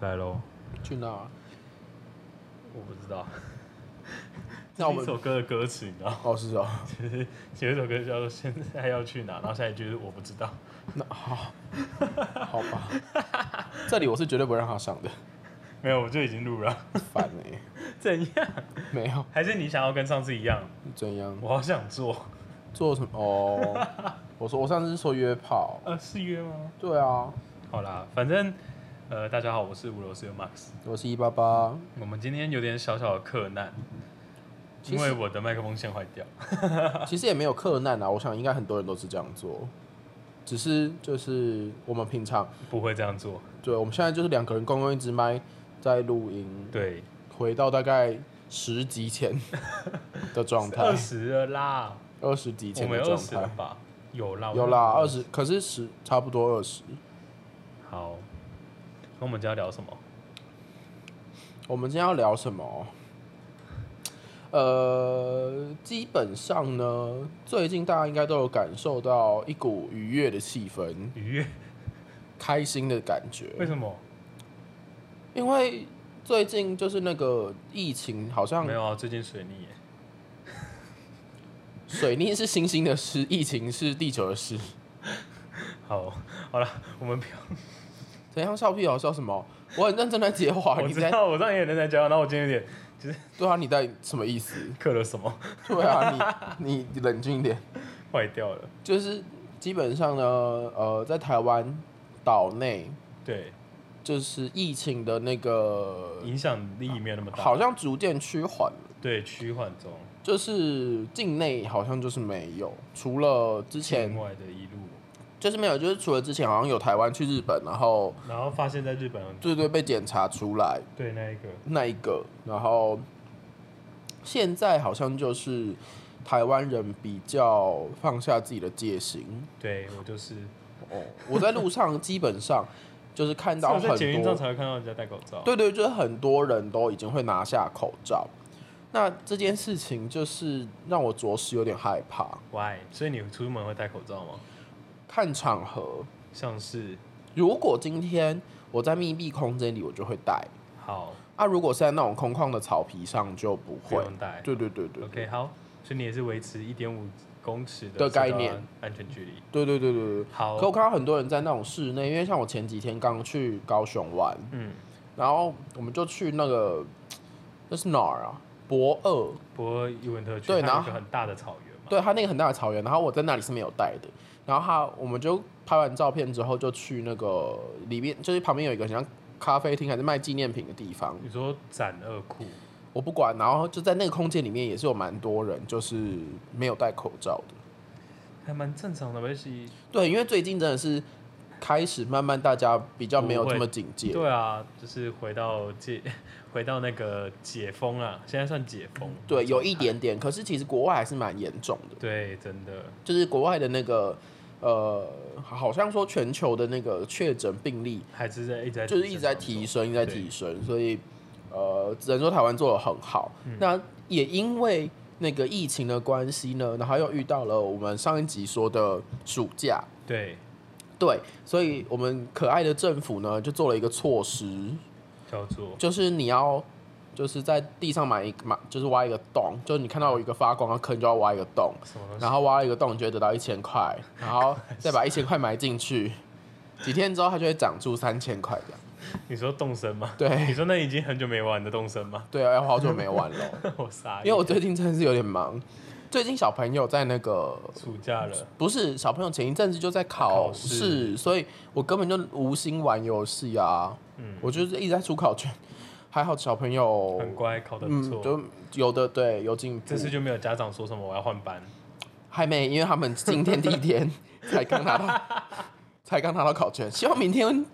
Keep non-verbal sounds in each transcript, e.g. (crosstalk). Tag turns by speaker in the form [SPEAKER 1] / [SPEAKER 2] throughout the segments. [SPEAKER 1] 来喽，
[SPEAKER 2] 去哪儿？啊
[SPEAKER 1] 我不知 (laughs) 道。
[SPEAKER 2] 那我
[SPEAKER 1] 这
[SPEAKER 2] 们
[SPEAKER 1] 是一首歌的歌词，你知
[SPEAKER 2] (laughs)
[SPEAKER 1] 道，
[SPEAKER 2] 哦，是哦，
[SPEAKER 1] 就是有一首歌叫做《现在要去哪》，然后下一句是我不知
[SPEAKER 2] (laughs)
[SPEAKER 1] 道。
[SPEAKER 2] 那好，好吧，这里我是绝对不会让他上的， (laughs)
[SPEAKER 1] 没有，我就已经录了。
[SPEAKER 2] 烦哎、
[SPEAKER 1] 怎样？
[SPEAKER 2] 没有
[SPEAKER 1] 还是你想要跟上次一样？
[SPEAKER 2] 怎样
[SPEAKER 1] 我好想做。
[SPEAKER 2] 做什么
[SPEAKER 1] (laughs)
[SPEAKER 2] 哦？我说我上次是说约炮，
[SPEAKER 1] 呃，是约吗？
[SPEAKER 2] 对啊，
[SPEAKER 1] 好啦，反正呃，大家好，我是五楼室友 Max。
[SPEAKER 2] 我是一八八，
[SPEAKER 1] 我们今天有点小小的困难，
[SPEAKER 2] 其
[SPEAKER 1] 因
[SPEAKER 2] 实
[SPEAKER 1] 为我的麦克风线坏掉。
[SPEAKER 2] 其实也没有克难啊，我想应该很多人都是这样做，只是就是我们平常，
[SPEAKER 1] 不会这样做。
[SPEAKER 2] 对我们现在就是两个人共用一支麦在录音，
[SPEAKER 1] 对，
[SPEAKER 2] 回到大概十集前的状
[SPEAKER 1] (laughs)
[SPEAKER 2] 态
[SPEAKER 1] 二，十了啦，
[SPEAKER 2] 二十集
[SPEAKER 1] 我
[SPEAKER 2] 前
[SPEAKER 1] 们
[SPEAKER 2] 的
[SPEAKER 1] 二
[SPEAKER 2] 状
[SPEAKER 1] 十了
[SPEAKER 2] 态，
[SPEAKER 1] 吧？有啦，
[SPEAKER 2] 有啦，二。十，可是十差不多二十。
[SPEAKER 1] 好，那我们今天要聊什么？
[SPEAKER 2] 我们今天要聊什么？呃，基本上呢，最近大家应该都有感受到一股愉悦的气氛，
[SPEAKER 1] 愉悦？
[SPEAKER 2] 开心的感
[SPEAKER 1] 为
[SPEAKER 2] 觉。
[SPEAKER 1] 什么？
[SPEAKER 2] 因为最近就是那个疫情，好像
[SPEAKER 1] 没有啊，最近水逆耶。
[SPEAKER 2] 水逆是星星的事，疫情是地球的事。 (laughs)
[SPEAKER 1] 好，好了，我们不要。
[SPEAKER 2] 怎样笑屁哦？笑什么？我很认真在接话，
[SPEAKER 1] (laughs) 我
[SPEAKER 2] 哦你
[SPEAKER 1] 知
[SPEAKER 2] 在
[SPEAKER 1] 道，我上一眼人在讲，然后我今天有点
[SPEAKER 2] 对啊？你在什么意思？ (laughs)
[SPEAKER 1] 刻了什么， (laughs)
[SPEAKER 2] 对啊，你你冷静一点。
[SPEAKER 1] 坏掉了。
[SPEAKER 2] 就是基本上呢，呃，在台湾岛内，
[SPEAKER 1] 对，
[SPEAKER 2] 就是疫情的那个，
[SPEAKER 1] 影响力没有那么大。
[SPEAKER 2] 好，像逐渐趋缓了。
[SPEAKER 1] 对，趋缓中。
[SPEAKER 2] 就是境内好像就是没有，除了之前
[SPEAKER 1] 境外的一路，
[SPEAKER 2] 就是没有，就是除了之前好像有台湾去日本，然后
[SPEAKER 1] 然后发现在日本，
[SPEAKER 2] 对对被检查出来
[SPEAKER 1] 对那一个，
[SPEAKER 2] 那一个，然后现在好像就是台湾人比较放下自己的戒心。
[SPEAKER 1] 对我就是，
[SPEAKER 2] 哦，我在路上基本上就是看
[SPEAKER 1] 只 (laughs)
[SPEAKER 2] 到
[SPEAKER 1] 有
[SPEAKER 2] 很
[SPEAKER 1] 在捷运
[SPEAKER 2] 多
[SPEAKER 1] 上才会看到人家戴口罩。
[SPEAKER 2] 对对，就是很多人都已经会拿下口罩。那这件事情就是让我着实有点害怕，
[SPEAKER 1] Why？所以你出门会戴口罩吗？
[SPEAKER 2] 看场合。
[SPEAKER 1] 像是
[SPEAKER 2] 如果今天我在密闭空间里，我就会戴；
[SPEAKER 1] 好，
[SPEAKER 2] 啊，如果是在那种空旷的草皮上就不
[SPEAKER 1] 不
[SPEAKER 2] 会。
[SPEAKER 1] 用戴。
[SPEAKER 2] 对对对对
[SPEAKER 1] OK，好，所以你也是维持一点五公尺的
[SPEAKER 2] 的概
[SPEAKER 1] 社交
[SPEAKER 2] 念
[SPEAKER 1] 安全距离。
[SPEAKER 2] 对对对对对。
[SPEAKER 1] 好
[SPEAKER 2] 可，我看到很多人在那种室内，因为像我前几天刚去高雄玩，
[SPEAKER 1] 嗯，
[SPEAKER 2] 然后我们就去那个那是哪儿啊？博二，
[SPEAKER 1] 不过伊文特区
[SPEAKER 2] 对
[SPEAKER 1] 它
[SPEAKER 2] 然
[SPEAKER 1] 有
[SPEAKER 2] 后
[SPEAKER 1] 一个很大的草原嘛，
[SPEAKER 2] 对，它那个很大的草原，然后我在那里是没有带的。然后他我们就拍完照片之后，就去那个里面，就是旁边有一个很像咖啡厅还是卖纪念品的地方，
[SPEAKER 1] 你说展二库，
[SPEAKER 2] 我不管。然后就在那个空间里面，也是有蛮多人就是没有戴口罩的。
[SPEAKER 1] 还蛮正常的，尤其
[SPEAKER 2] 对，因为最近真的是开始慢慢大家比较没有这么警戒。
[SPEAKER 1] 对啊，就是回到解， (laughs) 回到那个解封啊，现在算解封，
[SPEAKER 2] 对，有一点点，可是其实国外还是蛮严重的，
[SPEAKER 1] 对，真的，
[SPEAKER 2] 就是国外的那个呃，好像说全球的那个确诊病例
[SPEAKER 1] 还是在一直在
[SPEAKER 2] 就是一直在提升，一直在提升，所以呃，只能说台湾做的很好。那也因为那个疫情的关系呢，然后又遇到了我们上一集说的暑假，
[SPEAKER 1] 对，
[SPEAKER 2] 对，所以我们可爱的政府呢就做了一个措施，
[SPEAKER 1] 叫做
[SPEAKER 2] 就是你要。就是在地上买一买，就是挖一个洞，就是你看到有一个发光的坑，就要挖一个洞，
[SPEAKER 1] 什么东西？
[SPEAKER 2] 然后挖了一个洞，你就会得到一千块，然后再把一千块埋进去，几天之后它就会长出三千块这样。
[SPEAKER 1] 你说动身吗？ (laughs)
[SPEAKER 2] 对
[SPEAKER 1] 你说那已经很久没玩的动身吗？ (laughs)
[SPEAKER 2] 对啊，我好久没玩了。
[SPEAKER 1] 我傻眼，
[SPEAKER 2] 因为我最近真的是有点忙，最近小朋友在那个
[SPEAKER 1] 暑假了，
[SPEAKER 2] 不是小朋友前一阵子就在考试，
[SPEAKER 1] 考
[SPEAKER 2] 所以我根本就无心玩游戏啊。
[SPEAKER 1] 嗯
[SPEAKER 2] 我就是一直在出考卷，还好小朋友
[SPEAKER 1] 很乖，考得不
[SPEAKER 2] 嗯，
[SPEAKER 1] 错。
[SPEAKER 2] 就有的对有进步
[SPEAKER 1] 这，次就没有家长说什么我要换班，
[SPEAKER 2] 还没，因为他们今天第一
[SPEAKER 1] (laughs)
[SPEAKER 2] 天才刚拿到，才刚拿到考卷，希望明天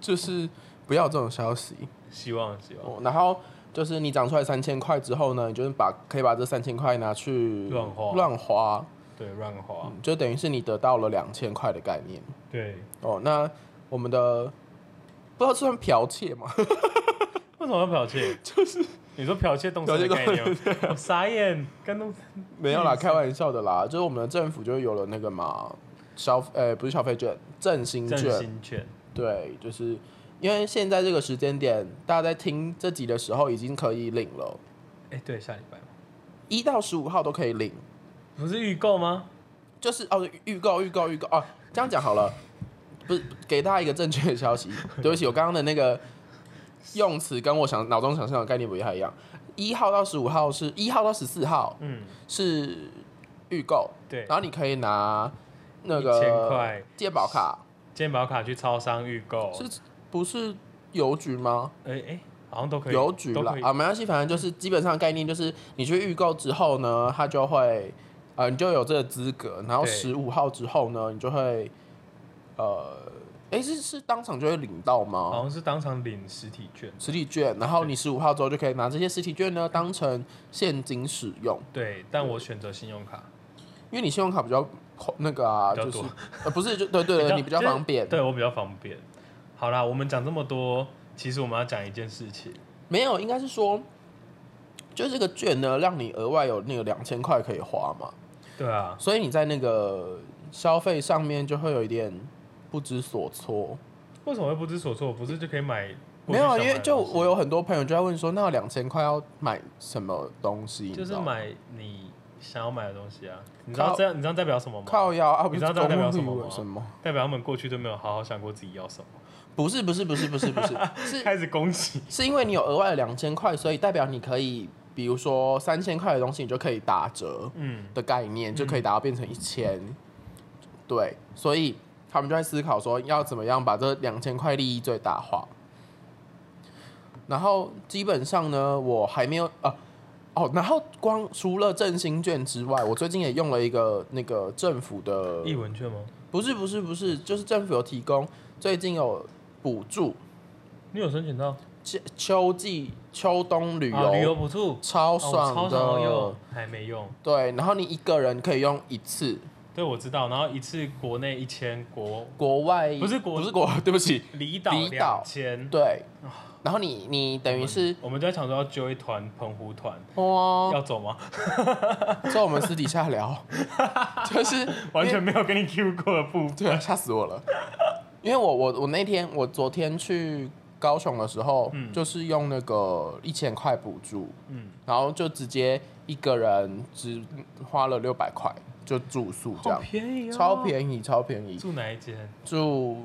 [SPEAKER 2] 就是不要这种消息。
[SPEAKER 1] 希望希望
[SPEAKER 2] 哦、然后就是你长出来三千块之后呢，你就是把可以把这三千块拿去
[SPEAKER 1] 乱花
[SPEAKER 2] 乱花。
[SPEAKER 1] 对乱花，
[SPEAKER 2] 就等于是你得到了两千块的概念
[SPEAKER 1] 对，
[SPEAKER 2] 哦。那我们的不知道算剽窃吗？ (laughs)
[SPEAKER 1] 为什么要剽窃？就是你说剽窃动身的概念吗， (laughs) 我傻眼，跟动身
[SPEAKER 2] 没有啦，开玩笑的嗯啦。就是我们的政府就有了那个嘛消呃、不是消费券，振兴
[SPEAKER 1] 振
[SPEAKER 2] 券，
[SPEAKER 1] 兴券，
[SPEAKER 2] 对，就是因为现在这个时间点，大家在听这集的时候已经可以领了，
[SPEAKER 1] 哎、对，下礼拜嘛
[SPEAKER 2] 一到十五号都可以领，
[SPEAKER 1] 不是预购吗？
[SPEAKER 2] 就是哦，预购，预购，预购哦，这样讲好了，不是给大家一个正确的消息。
[SPEAKER 1] (laughs)
[SPEAKER 2] 对不起，我刚刚的那个用词跟我想脑中想象的概念不太一样。一号到十五号是一号到十四号
[SPEAKER 1] 嗯，
[SPEAKER 2] 是预购，
[SPEAKER 1] 对，
[SPEAKER 2] 然后你可以拿那
[SPEAKER 1] 1000
[SPEAKER 2] 个
[SPEAKER 1] 块
[SPEAKER 2] 健保卡，
[SPEAKER 1] 健保卡去超商预购，
[SPEAKER 2] 是不是邮局吗？
[SPEAKER 1] 哎哎，好像都可以，
[SPEAKER 2] 邮局
[SPEAKER 1] 都
[SPEAKER 2] 啦
[SPEAKER 1] 可以，嗯
[SPEAKER 2] 啊，没关系，反正就是基本上概念就是你去预购之后呢，它就会呃你就有这个资格，然后
[SPEAKER 1] 对
[SPEAKER 2] 十五号之后呢，你就会呃，哎、是是当场就会领到吗？
[SPEAKER 1] 好像是当场领实体券，
[SPEAKER 2] 实体券，然后你十五号之后就可以拿这些实体券
[SPEAKER 1] 嗯
[SPEAKER 2] 呢当成现金使用，
[SPEAKER 1] 对，但我选择信用卡，
[SPEAKER 2] 因为你信用卡比较那个啊，
[SPEAKER 1] 比较
[SPEAKER 2] 就是
[SPEAKER 1] 多
[SPEAKER 2] 呃
[SPEAKER 1] (laughs)
[SPEAKER 2] 不是就对对对，你比较方便。
[SPEAKER 1] 对我比较方便。好啦，我们讲这么多，其实我们要讲一件事情，
[SPEAKER 2] 没有，应该是说，就这个券呢，让你额外有那个两千块可以花嘛，
[SPEAKER 1] 对啊，
[SPEAKER 2] 所以你在那个消费上面就会有一点不知所措。
[SPEAKER 1] 为什么会不知所措？不是就可以买？
[SPEAKER 2] 没有，
[SPEAKER 1] 我
[SPEAKER 2] 啊，
[SPEAKER 1] 就想
[SPEAKER 2] 因
[SPEAKER 1] 买
[SPEAKER 2] 为就
[SPEAKER 1] 东西
[SPEAKER 2] 我有很多朋友就在问说，那两千块要买什么东西？你
[SPEAKER 1] 就
[SPEAKER 2] 知
[SPEAKER 1] 是
[SPEAKER 2] 道吗
[SPEAKER 1] 买你想要买的东西啊，你知道这样，你知道代表什么吗？
[SPEAKER 2] 靠腰啊，
[SPEAKER 1] 你
[SPEAKER 2] 不
[SPEAKER 1] 知
[SPEAKER 2] 是
[SPEAKER 1] 道
[SPEAKER 2] 公
[SPEAKER 1] 代表
[SPEAKER 2] 务
[SPEAKER 1] 什
[SPEAKER 2] 语
[SPEAKER 1] 么
[SPEAKER 2] 文
[SPEAKER 1] 吗
[SPEAKER 2] 什么？
[SPEAKER 1] 代表他们过去都没有好好想过自己要什么，
[SPEAKER 2] 不是不是不是不是不是，
[SPEAKER 1] (laughs)
[SPEAKER 2] 是
[SPEAKER 1] 开始攻击。
[SPEAKER 2] 是因为你有额外的两千块，所以代表你可以，比如说三千块的东西，你就可以打折
[SPEAKER 1] 嗯，
[SPEAKER 2] 的概念，就可以达到变成一千、对，所以他们就在思考说，要怎么样把这两千块利益最大化。然后基本上呢，我还没有啊。哦，然后光除了振兴券之外，我最近也用了一个那个政府的
[SPEAKER 1] 译文券吗？
[SPEAKER 2] 不是不是不是，就是政府有提供最近有补助，
[SPEAKER 1] 你有申请到
[SPEAKER 2] 秋秋季秋冬旅游、
[SPEAKER 1] 啊旅游补助？
[SPEAKER 2] 超
[SPEAKER 1] 哦
[SPEAKER 2] 爽
[SPEAKER 1] 我超
[SPEAKER 2] 的、
[SPEAKER 1] 想要用，还没用。
[SPEAKER 2] 对，然后你一个人可以用一次，
[SPEAKER 1] 对，我知道。然后一次国内一千，国
[SPEAKER 2] 国外
[SPEAKER 1] 不是国
[SPEAKER 2] 不是国， (laughs) 对不起，
[SPEAKER 1] 离岛
[SPEAKER 2] 离岛
[SPEAKER 1] 两千。
[SPEAKER 2] 对，
[SPEAKER 1] 啊
[SPEAKER 2] 然后你你等于是
[SPEAKER 1] 我们就在想说要揪一团澎湖团，
[SPEAKER 2] 哦，
[SPEAKER 1] 要走吗？
[SPEAKER 2] 这我们私底下
[SPEAKER 1] (laughs)
[SPEAKER 2] 聊，就是
[SPEAKER 1] 完
[SPEAKER 2] 因
[SPEAKER 1] 全没
[SPEAKER 2] 为
[SPEAKER 1] 有跟你 Q 过的部分。
[SPEAKER 2] 对，啊吓死我了，因为我我我那天我昨天去高雄的时候，就是用那个一千块补助，
[SPEAKER 1] 嗯，
[SPEAKER 2] 然后就直接一个人只花了六百块就住宿这
[SPEAKER 1] 好
[SPEAKER 2] 样，
[SPEAKER 1] 便宜啊、
[SPEAKER 2] 超便宜超便宜，
[SPEAKER 1] 住哪一间？哦
[SPEAKER 2] 住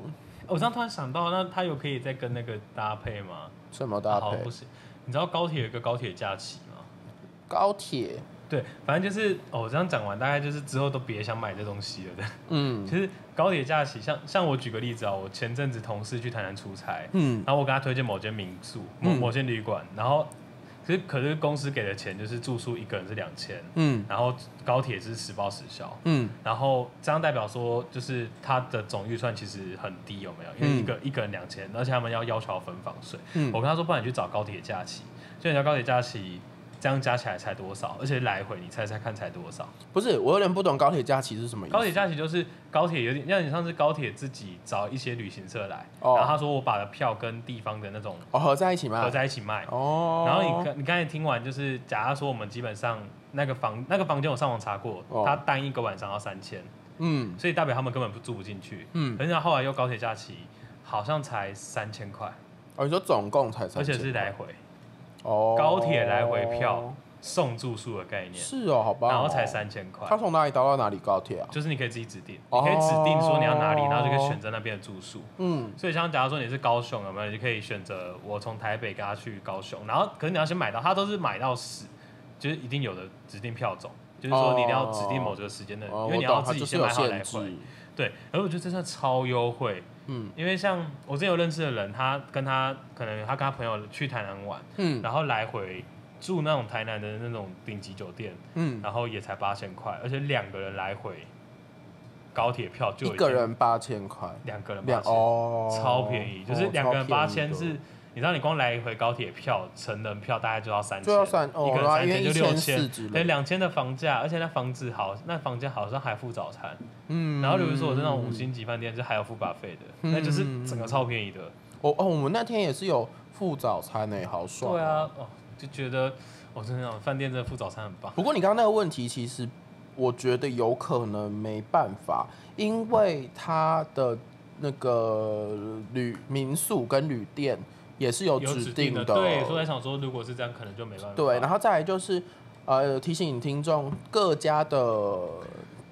[SPEAKER 1] 我这样突然想到，那它有可以再跟那个搭配吗？
[SPEAKER 2] 什么搭
[SPEAKER 1] 啊好
[SPEAKER 2] 配
[SPEAKER 1] 不？行，你知道高铁有一个高铁假期吗？
[SPEAKER 2] 高铁，
[SPEAKER 1] 对，反正就是哦，我这样讲完，大概就是之后都别想买这东西了的。
[SPEAKER 2] 嗯
[SPEAKER 1] 其实高铁假期，像像我举个例子啊、我前阵子同事去台南出差，
[SPEAKER 2] 嗯，
[SPEAKER 1] 然后我跟他推荐某间民宿、某
[SPEAKER 2] 嗯
[SPEAKER 1] 某间旅馆，然后可是可是公司给的钱就是住宿一个人是两千，
[SPEAKER 2] 嗯
[SPEAKER 1] 然后高铁是实报实销，
[SPEAKER 2] 嗯
[SPEAKER 1] 然后这样代表说就是他的总预算其实很低，有没有？因为一个、一个人两千，而且他们要要求要分房睡。
[SPEAKER 2] 嗯
[SPEAKER 1] 我跟他说，不然你去找高铁假期，就你找高铁假期，这样加起来才多少？而且来回你猜猜看才多少？
[SPEAKER 2] 不是，我有点不懂高铁假期是什么意思。
[SPEAKER 1] 高铁假期就是高铁有点，像你上次高铁自己找一些旅行社来，
[SPEAKER 2] 哦
[SPEAKER 1] 然后他说我把票跟地方的那种
[SPEAKER 2] 哦合在一起吗？
[SPEAKER 1] 合在一起卖。
[SPEAKER 2] 哦，
[SPEAKER 1] 然后你刚你刚才听完，就是假如说我们基本上那个房那个房间我上网查过
[SPEAKER 2] 哦，
[SPEAKER 1] 它单一个晚上要三千，
[SPEAKER 2] 嗯
[SPEAKER 1] 所以代表他们根本不住不进去。
[SPEAKER 2] 嗯，
[SPEAKER 1] 可是后来又高铁假期，好像才三千块，
[SPEAKER 2] 哦你说总共才三
[SPEAKER 1] 而
[SPEAKER 2] 千，
[SPEAKER 1] 且是来回
[SPEAKER 2] 哦
[SPEAKER 1] 高铁来回票送住宿的概念，
[SPEAKER 2] 是哦，好吧，
[SPEAKER 1] 然后才，三千块
[SPEAKER 2] 他，从哪里到到哪里高铁啊？
[SPEAKER 1] 就是你可以自己指定，
[SPEAKER 2] 哦
[SPEAKER 1] 你可以指定说你要哪里，然后就可以选择那边的住宿。
[SPEAKER 2] 嗯
[SPEAKER 1] 所以像假如说你是高雄，有没有？你就可以选择我从台北跟他去高雄，然后可是你要先买到，他都是买到死，就是一定有的指定票种，就是说你一定要指定某个时间的，
[SPEAKER 2] 哦，
[SPEAKER 1] 因为
[SPEAKER 2] 我
[SPEAKER 1] 你要
[SPEAKER 2] 懂，
[SPEAKER 1] 自
[SPEAKER 2] 它
[SPEAKER 1] 己
[SPEAKER 2] 就是
[SPEAKER 1] 先
[SPEAKER 2] 有
[SPEAKER 1] 买好来
[SPEAKER 2] 限
[SPEAKER 1] 回
[SPEAKER 2] 制。，
[SPEAKER 1] 对，而我觉得这算超优惠，
[SPEAKER 2] 嗯
[SPEAKER 1] 因为像我之前有认识的人，他跟他可能他跟他朋友去台南玩，
[SPEAKER 2] 嗯
[SPEAKER 1] 然后来回住那种台南的那种顶级酒店，
[SPEAKER 2] 嗯，
[SPEAKER 1] 然后也才八千块，而且两个人来回高铁票就已
[SPEAKER 2] 一
[SPEAKER 1] 经
[SPEAKER 2] 个人八千块，
[SPEAKER 1] 两个人
[SPEAKER 2] 两
[SPEAKER 1] 八千，
[SPEAKER 2] 哦，
[SPEAKER 1] 超便宜，就是
[SPEAKER 2] 哦
[SPEAKER 1] 两个人八千，
[SPEAKER 2] 超便宜
[SPEAKER 1] 是。你知道你光来回高铁票、成人票大概就要三
[SPEAKER 2] 的
[SPEAKER 1] 千，
[SPEAKER 2] 就要算
[SPEAKER 1] 一
[SPEAKER 2] 哦，
[SPEAKER 1] 个人
[SPEAKER 2] 那
[SPEAKER 1] 三
[SPEAKER 2] 因为
[SPEAKER 1] 千
[SPEAKER 2] 一
[SPEAKER 1] 就六
[SPEAKER 2] 千四
[SPEAKER 1] 千，
[SPEAKER 2] 之类
[SPEAKER 1] 对，
[SPEAKER 2] 的，
[SPEAKER 1] 两千的房价，而且那房子好，那房间好像还附早餐，
[SPEAKER 2] 嗯
[SPEAKER 1] 然后比如说我是那种五星级饭店，就还有付把费的，
[SPEAKER 2] 嗯
[SPEAKER 1] 那就是整个超便宜的。
[SPEAKER 2] 我哦，我们那天也是有付早餐诶、好嗯爽、
[SPEAKER 1] 对啊，哦，就觉得我真的那种饭店真的付早餐很棒。
[SPEAKER 2] 不过你刚刚那个问题，其实我觉得有可能没办法，因为它的那个旅民宿跟旅店也是有
[SPEAKER 1] 有
[SPEAKER 2] 指
[SPEAKER 1] 指定
[SPEAKER 2] 的，哦
[SPEAKER 1] 对，所以我在想说，如果是这样，可能就没办法。
[SPEAKER 2] 对，然后再来就是呃提醒听众各家的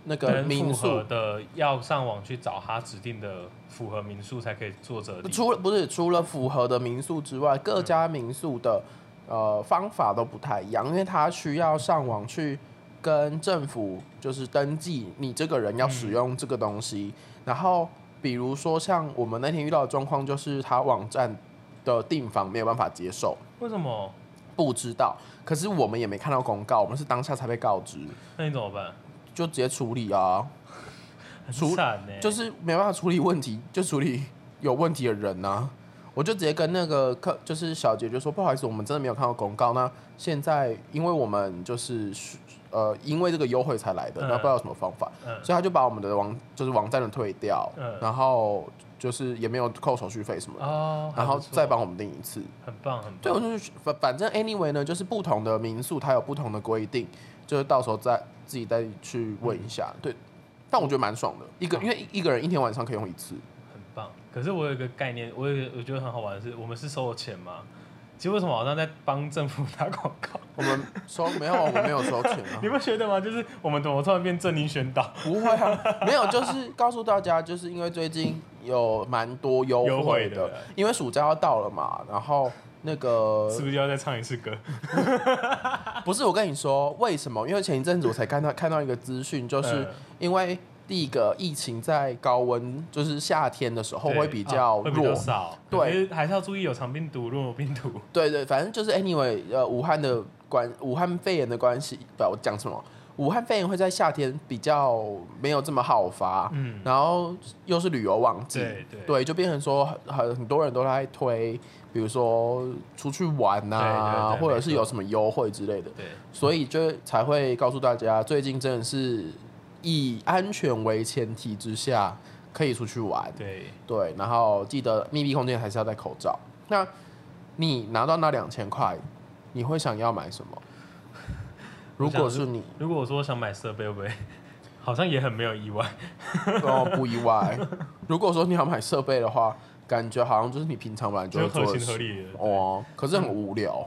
[SPEAKER 2] 那个
[SPEAKER 1] 能
[SPEAKER 2] 民
[SPEAKER 1] 符
[SPEAKER 2] 宿
[SPEAKER 1] 合的要上网去找他指定的符合民宿才可以做这里。
[SPEAKER 2] 除了不是除了符合的民宿之外，各家民宿的、呃方法都不太一样，因为它需要上网去跟政府就是登记你这个人要使用这个东西，然后比如说像我们那天遇到的状况，就是他网站的订房没有办法接受。
[SPEAKER 1] 为什么？
[SPEAKER 2] 不知道，可是我们也没看到公告，我们是当下才被告知，
[SPEAKER 1] 那你怎么办？
[SPEAKER 2] 就直接处理啊，
[SPEAKER 1] 很欸
[SPEAKER 2] 除
[SPEAKER 1] 惨呢、
[SPEAKER 2] 就是没办法处理问题，就处理有问题的人呐、我就直接跟那个客，就是小姐就说，不好意思，我们真的没有看到公告。那现在因为我们就是呃，因为这个优惠才来的，
[SPEAKER 1] 嗯
[SPEAKER 2] 那不知道有什么方法，
[SPEAKER 1] 嗯
[SPEAKER 2] 所以他就把我们的网就是网站的退掉，
[SPEAKER 1] 嗯
[SPEAKER 2] 然后就是也没有扣手续费什么的，
[SPEAKER 1] 哦，
[SPEAKER 2] 然后
[SPEAKER 1] 还不错
[SPEAKER 2] 再帮我们订一次。
[SPEAKER 1] 很棒很棒。
[SPEAKER 2] 对，我就是反反正 anyway 呢，就是不同的民宿它有不同的规定，就是到时候再自己再去问一下。对，但我觉得蛮爽的，一个因为一个人一天晚上可以用一次，
[SPEAKER 1] 很棒。可是我有一个概念，我有一个我觉得很好玩的是，我们是收了钱吗？其实为什么好像在帮政府打广告？ (laughs)
[SPEAKER 2] 我们收没有，我们没有收钱啊
[SPEAKER 1] 你，不觉得吗？就是我们怎么突然变正音宣导？
[SPEAKER 2] (laughs) 不会啊，没有，就是告诉大家，就是因为最近有蛮多优
[SPEAKER 1] 优
[SPEAKER 2] 惠
[SPEAKER 1] 惠
[SPEAKER 2] 的
[SPEAKER 1] 的，
[SPEAKER 2] 因为暑假要到了嘛，然后那个
[SPEAKER 1] 是不是要再唱一次歌？
[SPEAKER 2] 不是我跟你说为什么？因为前一阵子我才看到看到一个资讯，就是
[SPEAKER 1] 嗯
[SPEAKER 2] 因为第一个疫情在高温，就是夏天的时候
[SPEAKER 1] 对
[SPEAKER 2] (laughs) 会比较
[SPEAKER 1] 啊会比
[SPEAKER 2] 弱
[SPEAKER 1] 较。少。
[SPEAKER 2] 对
[SPEAKER 1] 可是还是要注意有肠病毒、肉病毒。
[SPEAKER 2] 对对，反正就是 anyway，呃，武汉的关武汉肺炎的关系，不，我讲什么？武汉肺炎会在夏天比较没有这么好发，
[SPEAKER 1] 嗯，
[SPEAKER 2] 然后又是旅游旺季，
[SPEAKER 1] 对对
[SPEAKER 2] 就变成说很很很多人都在推，比如说出去玩呐、啊，
[SPEAKER 1] 对对对
[SPEAKER 2] 或者是
[SPEAKER 1] 没错
[SPEAKER 2] 有什么优惠之类的。
[SPEAKER 1] 对，
[SPEAKER 2] 所以就才会告诉大家，最近真的是以安全为前提之下可以出去玩，
[SPEAKER 1] 对，
[SPEAKER 2] 对，然后记得密闭空间还是要戴口罩。那你拿到那两千块，你会想要买什么？如果是你，
[SPEAKER 1] 如果我说我想买设备，会不会 (laughs) 好像也很没有意外？
[SPEAKER 2] 哦，不意外。如果说你要买设备的话，感觉好像就是你平常本来就
[SPEAKER 1] 就是
[SPEAKER 2] 会
[SPEAKER 1] 合
[SPEAKER 2] 做的
[SPEAKER 1] 情 (laughs) 合
[SPEAKER 2] 事
[SPEAKER 1] 理的。
[SPEAKER 2] 哦，可是很无聊。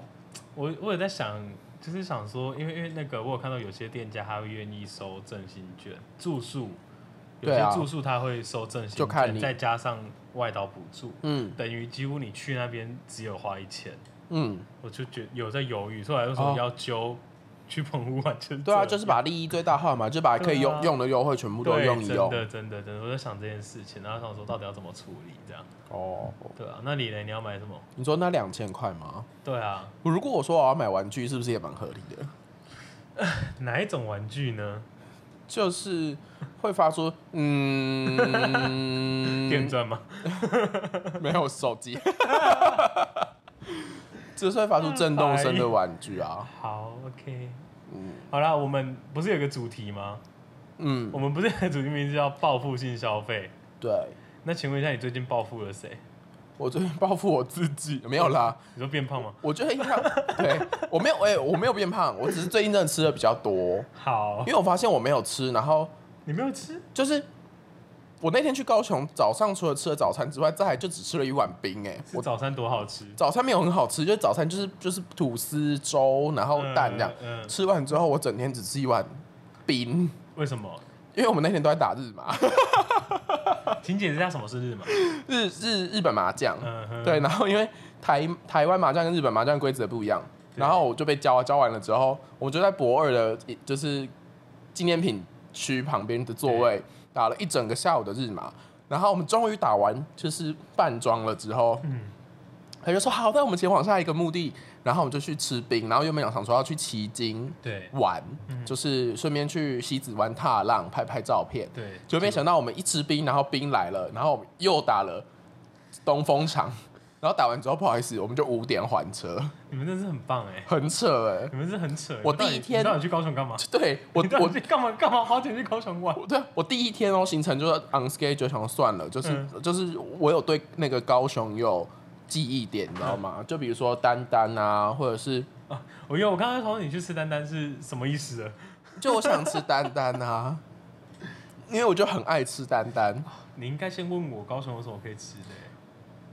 [SPEAKER 1] 我我有在想，就是想说，因为因为那个我有看到有些店家他会愿意收振兴券，住宿有
[SPEAKER 2] 对
[SPEAKER 1] 些
[SPEAKER 2] 啊
[SPEAKER 1] 住宿他会收振兴券，
[SPEAKER 2] 就看你
[SPEAKER 1] 再加上外岛补助，
[SPEAKER 2] 嗯
[SPEAKER 1] 等于几乎你去那边只有花一千，
[SPEAKER 2] 嗯，
[SPEAKER 1] 我就觉有在犹豫，所以我还为什么要揪去澎湖玩？就是
[SPEAKER 2] 哦对啊，
[SPEAKER 1] 这
[SPEAKER 2] 就是把利益最大化嘛，就把可以用、
[SPEAKER 1] 对啊
[SPEAKER 2] 用的优惠全部都
[SPEAKER 1] 对
[SPEAKER 2] 用一用
[SPEAKER 1] 真。的真的真的，我在想这件事情，然后想说到底要怎么处理这样，
[SPEAKER 2] 哦，
[SPEAKER 1] 对啊，那你呢？你要买什么？
[SPEAKER 2] 你说那两千块吗？
[SPEAKER 1] 对啊，
[SPEAKER 2] 如果我说我要买玩具，是不是也蛮合理的？
[SPEAKER 1] 哪一种玩具呢？
[SPEAKER 2] 就是会发出
[SPEAKER 1] (laughs)
[SPEAKER 2] 嗯，
[SPEAKER 1] 电钻吗？
[SPEAKER 2] 没有手机，就是会发出震动声的玩具啊。
[SPEAKER 1] 好，OK，好啦，我们不是有个主题吗？
[SPEAKER 2] 嗯，
[SPEAKER 1] 我们不是有个主题名字叫报复性消费？
[SPEAKER 2] 对，
[SPEAKER 1] 那请问一下，你最近报复了谁？
[SPEAKER 2] 我最近报复我自己没有啦，
[SPEAKER 1] 你说变胖
[SPEAKER 2] (laughs)
[SPEAKER 1] 吗？
[SPEAKER 2] 我觉得应该对我没有哎、我没有变胖，我只是最近真的吃的比较多，
[SPEAKER 1] 好
[SPEAKER 2] 因，为我发现我没有吃，然后
[SPEAKER 1] 你没有吃，
[SPEAKER 2] 就是。我那天去高雄，早上除了吃了早餐之外，再来就只吃了一碗冰、哎，
[SPEAKER 1] 是
[SPEAKER 2] 我
[SPEAKER 1] 早餐多好吃，
[SPEAKER 2] 早餐没有很好吃，就是早餐就是就是吐司粥，然后蛋这样。
[SPEAKER 1] 嗯，嗯
[SPEAKER 2] 吃完之后，我整天只吃一碗冰，
[SPEAKER 1] 为什么？
[SPEAKER 2] 因为我们那天都在打日麻，
[SPEAKER 1] 请解释一下什么是日
[SPEAKER 2] (laughs)
[SPEAKER 1] 麻？
[SPEAKER 2] 日日日本麻将。
[SPEAKER 1] 嗯哼，
[SPEAKER 2] 对，然后因为台台湾麻将跟日本麻将规则不一样，
[SPEAKER 1] 对
[SPEAKER 2] 然后我就被教教完了之后，我就在博二的，就是纪念品区旁边的座位打了一整个下午的日麻。然后我们终于打完，就是半装了之后，
[SPEAKER 1] 嗯
[SPEAKER 2] 他就说好，那我们前往下一个目的，然后我们就去吃冰，然后原本想说要去骑鲸
[SPEAKER 1] 对
[SPEAKER 2] 玩，
[SPEAKER 1] 嗯
[SPEAKER 2] 就是顺便去西子湾踏浪拍拍照片，
[SPEAKER 1] 对，
[SPEAKER 2] 就没想到我们一吃冰，然后冰来了，然后我们又打了东风场，然后打完之后不好意思，我们就五点还车，
[SPEAKER 1] 你们真是很棒哎、
[SPEAKER 2] 很扯哎、
[SPEAKER 1] 你们是很扯。
[SPEAKER 2] 我
[SPEAKER 1] 你到底
[SPEAKER 2] 第一天
[SPEAKER 1] 你到底去高雄干嘛？
[SPEAKER 2] (laughs) 对我
[SPEAKER 1] 你到底
[SPEAKER 2] 我
[SPEAKER 1] 去干嘛干嘛花钱去高雄玩？
[SPEAKER 2] 我对啊我第一天哦行程就是 on schedule，想说算了，就是、
[SPEAKER 1] 嗯
[SPEAKER 2] 就是我有对那个高雄有记忆点，你知道
[SPEAKER 1] 嗯
[SPEAKER 2] 吗？就比如说丹丹啊，或者是
[SPEAKER 1] 我因为我刚刚说你去吃丹丹是什么意思啊？
[SPEAKER 2] (laughs) 就我想吃丹丹啊，因为我就很爱吃丹丹。
[SPEAKER 1] 你应该先问我高雄有什么可以吃的、欸。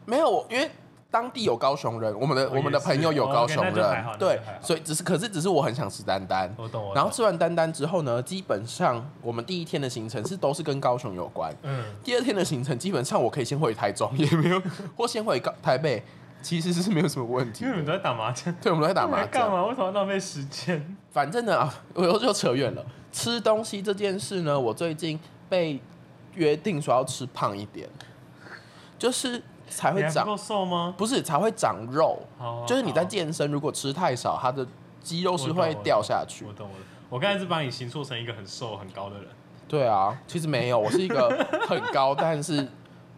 [SPEAKER 2] 没有，我因为当地有高雄人，我们的
[SPEAKER 1] 哦
[SPEAKER 2] 我们的
[SPEAKER 1] 也是
[SPEAKER 2] 朋友有
[SPEAKER 1] 哦
[SPEAKER 2] 高
[SPEAKER 1] ，OK，
[SPEAKER 2] 雄
[SPEAKER 1] 那就还
[SPEAKER 2] 人
[SPEAKER 1] 好那，就
[SPEAKER 2] 对
[SPEAKER 1] 还，好
[SPEAKER 2] 所以只是可是只是我很想吃丹丹，
[SPEAKER 1] 我懂，我
[SPEAKER 2] 然后
[SPEAKER 1] 懂
[SPEAKER 2] 吃完丹丹之后呢，基本上我们第一天的行程是都是跟高雄有关。
[SPEAKER 1] 嗯，
[SPEAKER 2] 第二天的行程基本上我可以先回台中，也没有， (laughs) 或先回高台北，其实是没有什么问题
[SPEAKER 1] 因为你们
[SPEAKER 2] 的。
[SPEAKER 1] 都在打麻将，
[SPEAKER 2] 对，我们都在打
[SPEAKER 1] 那
[SPEAKER 2] 麻
[SPEAKER 1] 你干
[SPEAKER 2] 将。
[SPEAKER 1] 嘛？为什么要浪费时间？
[SPEAKER 2] 反正呢，啊 (laughs) 我又又扯远了。吃东西这件事呢，我最近被约定说要吃胖一点，就是才
[SPEAKER 1] 你
[SPEAKER 2] 会
[SPEAKER 1] 还不
[SPEAKER 2] 长，
[SPEAKER 1] 够瘦吗？
[SPEAKER 2] 不是才会长肉。
[SPEAKER 1] 好，啊好
[SPEAKER 2] 就是你在
[SPEAKER 1] 哦好
[SPEAKER 2] 健身，如果吃太少，它的肌肉是
[SPEAKER 1] 我懂
[SPEAKER 2] 会
[SPEAKER 1] 我
[SPEAKER 2] 掉
[SPEAKER 1] 懂
[SPEAKER 2] 下去
[SPEAKER 1] 我。懂，我懂。我刚才是把你形塑成一个很瘦很高的人，
[SPEAKER 2] 对啊，其实没有，我是一个很高但是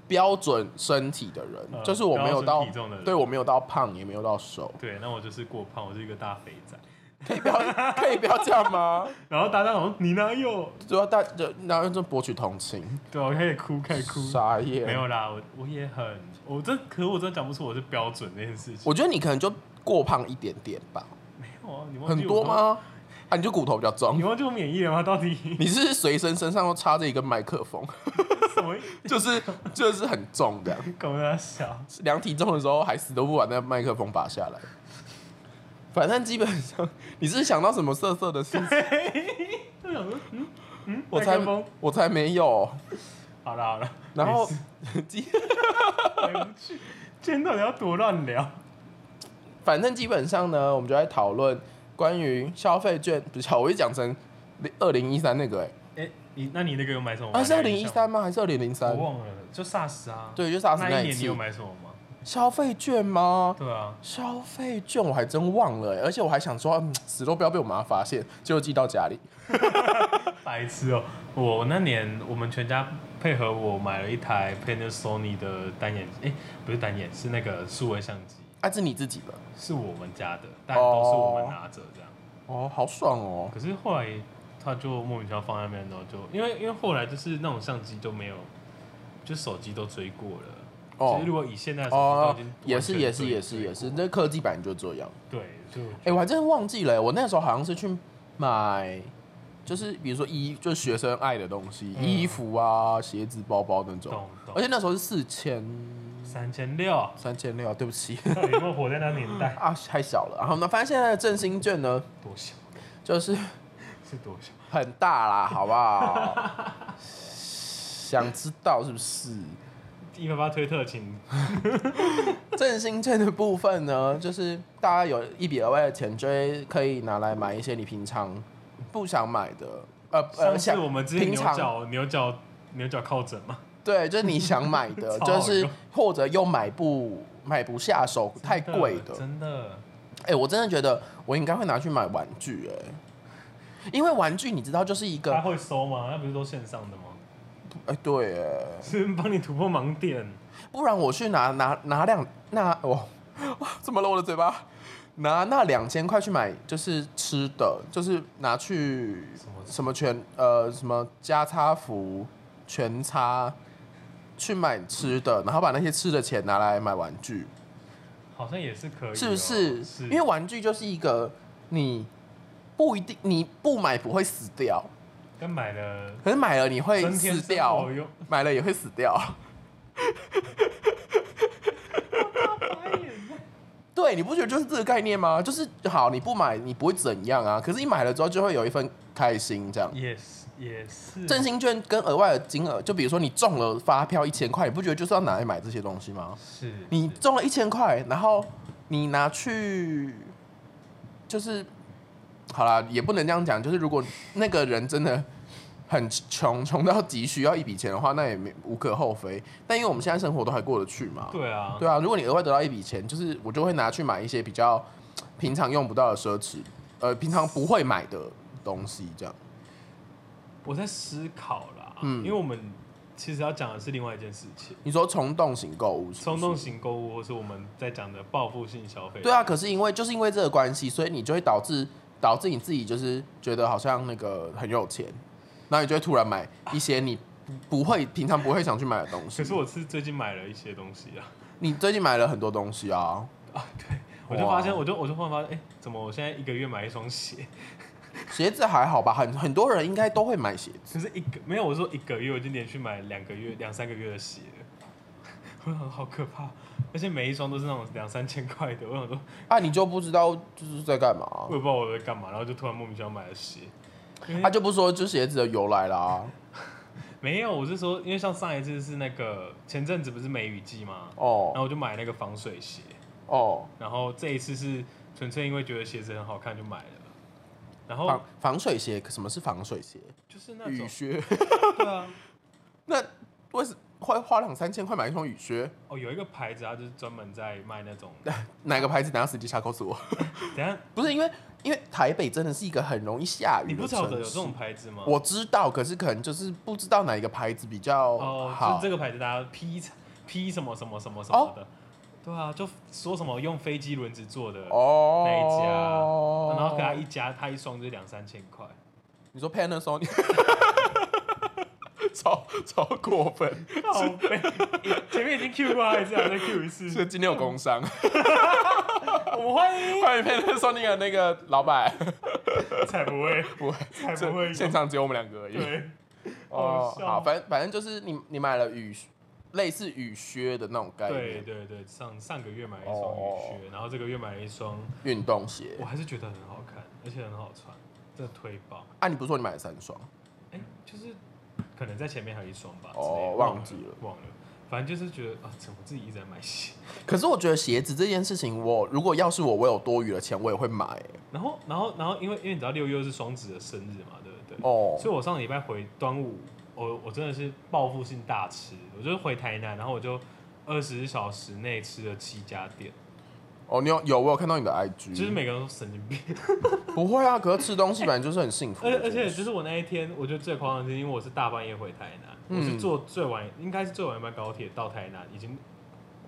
[SPEAKER 2] 标准身体的人，
[SPEAKER 1] 嗯
[SPEAKER 2] 就是我没
[SPEAKER 1] 标
[SPEAKER 2] 有到
[SPEAKER 1] 准体重的，人
[SPEAKER 2] 对我没有到胖，也没有到瘦，
[SPEAKER 1] 对，那我就是过胖，我是一个大肥仔。
[SPEAKER 2] 可以不要 (laughs) 可以不要这样吗？
[SPEAKER 1] 然后大家好像你哪有？
[SPEAKER 2] 主要大就然后就博取同情，
[SPEAKER 1] 对，啊我开始哭，开始哭。
[SPEAKER 2] 傻眼。
[SPEAKER 1] 没有啦，我我也很，我真可我真的讲不出我是标准这件事情。
[SPEAKER 2] 我觉得你可能就过胖一点点吧，
[SPEAKER 1] 没有啊，你忘记
[SPEAKER 2] 很多
[SPEAKER 1] 我们？
[SPEAKER 2] 吗？啊，你就骨头比较
[SPEAKER 1] 你
[SPEAKER 2] 重。
[SPEAKER 1] 忘记我免疫了吗？到底 (laughs)
[SPEAKER 2] 你是不是随身身上都插着一个麦克风， (laughs)
[SPEAKER 1] 什么
[SPEAKER 2] 就是就是很重这样。
[SPEAKER 1] 搞得他小？
[SPEAKER 2] 量体重的时候还死都不把那麦克风拔下来。反正基本上， (laughs) 你是想到什么色色的事情？
[SPEAKER 1] 就想说嗯嗯，(laughs)
[SPEAKER 2] 我
[SPEAKER 1] 麦
[SPEAKER 2] 才
[SPEAKER 1] 克风
[SPEAKER 2] 我才没有。
[SPEAKER 1] 好啦好啦，
[SPEAKER 2] 然后
[SPEAKER 1] 没事
[SPEAKER 2] (laughs) 基
[SPEAKER 1] 回不去，今天到底要多乱聊？
[SPEAKER 2] 反正基本上呢，我们就在讨论关于消费券，不是我一讲成二零一三那个哎、
[SPEAKER 1] 哎、你那你哦那个有买什么？
[SPEAKER 2] 啊是二零一
[SPEAKER 1] 我
[SPEAKER 2] 三吗？还是二零零
[SPEAKER 1] 我
[SPEAKER 2] 三？
[SPEAKER 1] 忘了，就 SARS 啊。
[SPEAKER 2] 对，就 SARS
[SPEAKER 1] 那
[SPEAKER 2] 一
[SPEAKER 1] 年你
[SPEAKER 2] 次
[SPEAKER 1] 有。买什么吗？
[SPEAKER 2] 消费券吗？
[SPEAKER 1] 对啊，
[SPEAKER 2] 消费券我还真忘了、哎而且我还想说，嗯死都不要被我妈发现，结果寄到家里。
[SPEAKER 1] 白痴哦、我那年我们全家配合我买了一台 Panasonic 的单眼，哎、不是单眼，是那个数位相机，
[SPEAKER 2] 啊，是你自己的
[SPEAKER 1] 是我们家的，但都是我们拿着这样。
[SPEAKER 2] 哦，好爽哦。
[SPEAKER 1] 可是后来他就莫名其妙放在那边，然后就因为因为后来就是那种相机都没有，就手机都追过了。
[SPEAKER 2] 哦
[SPEAKER 1] 其实如果以现在的手机都已
[SPEAKER 2] 哦
[SPEAKER 1] 经完，全
[SPEAKER 2] 也是也是
[SPEAKER 1] 追
[SPEAKER 2] 也是
[SPEAKER 1] 追
[SPEAKER 2] 也是，
[SPEAKER 1] 过
[SPEAKER 2] 那科技版就这样。
[SPEAKER 1] 对，就
[SPEAKER 2] 哎、我还真忘记了、我那时候好像是去买，就是比如说衣，就是学生爱的东西，
[SPEAKER 1] 嗯
[SPEAKER 2] 衣服啊、鞋子、包包那种。
[SPEAKER 1] 懂
[SPEAKER 2] 而
[SPEAKER 1] 懂。
[SPEAKER 2] 且那时候是四千、
[SPEAKER 1] 三千六，
[SPEAKER 2] 三千六，对不起 (laughs)
[SPEAKER 1] 到底有没有活在那年代？
[SPEAKER 2] 啊，太小了。然后呢，反正现在的振兴券呢，
[SPEAKER 1] 多小
[SPEAKER 2] 就是
[SPEAKER 1] 是多小？
[SPEAKER 2] 很大啦，好不好？ (laughs) 想知道是不是？
[SPEAKER 1] 一八八推特请
[SPEAKER 2] 振兴券的部分呢， (laughs) 就是大家有一笔额外的钱，就会可以拿来买一些你平常不想买的，呃
[SPEAKER 1] 上
[SPEAKER 2] 呃，
[SPEAKER 1] 次
[SPEAKER 2] 想
[SPEAKER 1] 我们之前
[SPEAKER 2] 平
[SPEAKER 1] 牛
[SPEAKER 2] 常
[SPEAKER 1] 角牛角牛角靠枕嘛，
[SPEAKER 2] 对，就是你想买的，
[SPEAKER 1] (laughs) 超好
[SPEAKER 2] 就
[SPEAKER 1] 用
[SPEAKER 2] 是或者又买不买不下手，太贵的。
[SPEAKER 1] 真的。
[SPEAKER 2] 哎、我真的觉得我应该会拿去买玩具、哎，因为玩具你知道就是一个
[SPEAKER 1] 他，会收吗？那不是都线上的吗？
[SPEAKER 2] 哎、对，哎，
[SPEAKER 1] 是帮你突破盲点。
[SPEAKER 2] 不然我去拿拿拿两那哦，哇，怎么了我的嘴巴？拿那两千块去买就是吃的，就是拿去
[SPEAKER 1] 什么
[SPEAKER 2] 什么全呃什么加差服全差去买吃的，然后把那些吃的钱拿来买玩具，
[SPEAKER 1] 好像也是可以哦、
[SPEAKER 2] 是不是？
[SPEAKER 1] 是，
[SPEAKER 2] 因为玩具就是一个你不一定你不买不会死掉，
[SPEAKER 1] 跟买了
[SPEAKER 2] 可是买了你会
[SPEAKER 1] 增添
[SPEAKER 2] 死
[SPEAKER 1] 生
[SPEAKER 2] 掉
[SPEAKER 1] 活，用。
[SPEAKER 2] 买了也会死掉。对，你不觉得就是这个概念吗？就是好，你不买你不会怎样啊，可是你买了之后就会有一份开心，这样。
[SPEAKER 1] 也是也是，
[SPEAKER 2] 振兴券跟额外的金额，就比如说你中了发票一千块，你不觉得就是要拿来买这些东西吗？
[SPEAKER 1] 是
[SPEAKER 2] 你
[SPEAKER 1] 是
[SPEAKER 2] 中了一千块，然后你拿去，就是好啦，也不能这样讲，就是如果那个人真的很穷，穷到急需要一笔钱的话，那也没无可厚非。但因为我们现在生活都还过得去嘛，
[SPEAKER 1] 对啊，
[SPEAKER 2] 对啊，如果你额外得到一笔钱，就是我就会拿去买一些比较平常用不到的奢侈，呃，平常不会买的东西，这样。
[SPEAKER 1] 我在思考啦，
[SPEAKER 2] 啊嗯
[SPEAKER 1] 因为我们其实要讲的是另外一件事情，
[SPEAKER 2] 你说冲动型购物是不是
[SPEAKER 1] 冲动型购物，或是我们在讲的报复性消费。
[SPEAKER 2] 对啊，可是因为就是因为这个关系，所以你就会导致导致你自己就是觉得好像那个很有钱，然后你就会突然买一些你不不会平常不会想去买的东西
[SPEAKER 1] 可。是我是最近买了一些东西啊，
[SPEAKER 2] 你最近买了很多东西啊，
[SPEAKER 1] 我就发现，
[SPEAKER 2] 哇
[SPEAKER 1] 我就我就忽然发现，哎、怎么我现在一个月买一双鞋？
[SPEAKER 2] 鞋子还好吧，很很多人应该都会买鞋
[SPEAKER 1] 可
[SPEAKER 2] 子。
[SPEAKER 1] 是一个没有，我说一个月，我已经连续买两个月、两三个月的鞋了， (laughs) 我想好可怕，而且每一双都是那种两三千块的，我想说
[SPEAKER 2] 啊，你就不知道就是在干嘛、
[SPEAKER 1] 我也不知道我在干嘛，然后就突然莫名其妙买了鞋。因为
[SPEAKER 2] 他就不说就鞋子的由来啦。
[SPEAKER 1] 没有，我是说，因为像上一次是那个前阵子不是梅雨季嘛，然
[SPEAKER 2] 哦
[SPEAKER 1] 后我就买那个防水鞋，
[SPEAKER 2] 哦，
[SPEAKER 1] 然后这一次是纯粹因为觉得鞋子很好看就买了，然后
[SPEAKER 2] 防防水鞋，什么是防水鞋？
[SPEAKER 1] 就是哦那
[SPEAKER 2] 雨
[SPEAKER 1] 种
[SPEAKER 2] 靴。
[SPEAKER 1] 对啊，
[SPEAKER 2] 那为什会花两三千块买一双雨靴？
[SPEAKER 1] 哦有一个牌子啊，就是专门在卖那
[SPEAKER 2] (laughs)
[SPEAKER 1] 种，
[SPEAKER 2] 哪个牌子？等一下私底下告诉我。
[SPEAKER 1] 等一下
[SPEAKER 2] 不是因为因为台北真的是一个很容易下雨
[SPEAKER 1] 你
[SPEAKER 2] 的
[SPEAKER 1] 不
[SPEAKER 2] 城
[SPEAKER 1] 晓
[SPEAKER 2] 市。
[SPEAKER 1] 得有这种牌子吗？
[SPEAKER 2] 我知道，可是可能就是不知道哪一个牌子比较
[SPEAKER 1] 哦，
[SPEAKER 2] 好。哦
[SPEAKER 1] 就是这个牌子，大家 P P 什么什么什么什么的，对啊，就说什么用飞机轮子做的，
[SPEAKER 2] 哦，
[SPEAKER 1] 那一家然后给他一加，他一双就两三千块，
[SPEAKER 2] 你说 Panasonic，超超过分，
[SPEAKER 1] 靠背，前面已经 Q 过他一次，还再 Q 一次，
[SPEAKER 2] 是今天有
[SPEAKER 1] (laughs)
[SPEAKER 2] 工伤，
[SPEAKER 1] 我们欢迎，
[SPEAKER 2] 欢迎 Panasonic 的那个老板，
[SPEAKER 1] 才不
[SPEAKER 2] (laughs)
[SPEAKER 1] 会，
[SPEAKER 2] 不会
[SPEAKER 1] 才不会有，
[SPEAKER 2] 现场只有我们两个而已。
[SPEAKER 1] 对，
[SPEAKER 2] 哦
[SPEAKER 1] 好，笑
[SPEAKER 2] 好，反正反正就是你你买了雨类似雨靴的那种概
[SPEAKER 1] 对
[SPEAKER 2] 念，
[SPEAKER 1] 对对，上上个月买了一双雨
[SPEAKER 2] 哦
[SPEAKER 1] 靴，然后这个月买了一双，
[SPEAKER 2] 运动鞋
[SPEAKER 1] 我还是觉得很好看，而且很好穿，真的推爆，
[SPEAKER 2] 啊，你不是说你买了三双？
[SPEAKER 1] 哎，就是可能在前面还有一双吧，
[SPEAKER 2] 哦
[SPEAKER 1] 之类的
[SPEAKER 2] 忘记了
[SPEAKER 1] 忘了，反正就是觉得啊，怎么自己一直在买鞋， (laughs)
[SPEAKER 2] 可是我觉得鞋子这件事情，我如果要是我，我有多余的钱，我也会买、
[SPEAKER 1] 然后然后然后因为因为你知道六月是双子的生日嘛，对不对？
[SPEAKER 2] 哦，
[SPEAKER 1] 所以我上礼拜回端午，我我真的是报复性大吃，我就是回台南，然后我就二十小时内吃了七家店，
[SPEAKER 2] 哦，你有有我有看到你的
[SPEAKER 1] 就是
[SPEAKER 2] IG，
[SPEAKER 1] 每个人都神经病，
[SPEAKER 2] 不会啊，可是吃东西本来就是很幸福
[SPEAKER 1] 而 (laughs)
[SPEAKER 2] 的
[SPEAKER 1] 且
[SPEAKER 2] 一件事，
[SPEAKER 1] 而且就是我那一天，我觉得最夸张的是，因为我是大半夜回台南，
[SPEAKER 2] 嗯
[SPEAKER 1] 我是坐最晚应该是最晚一班高铁到台南，已经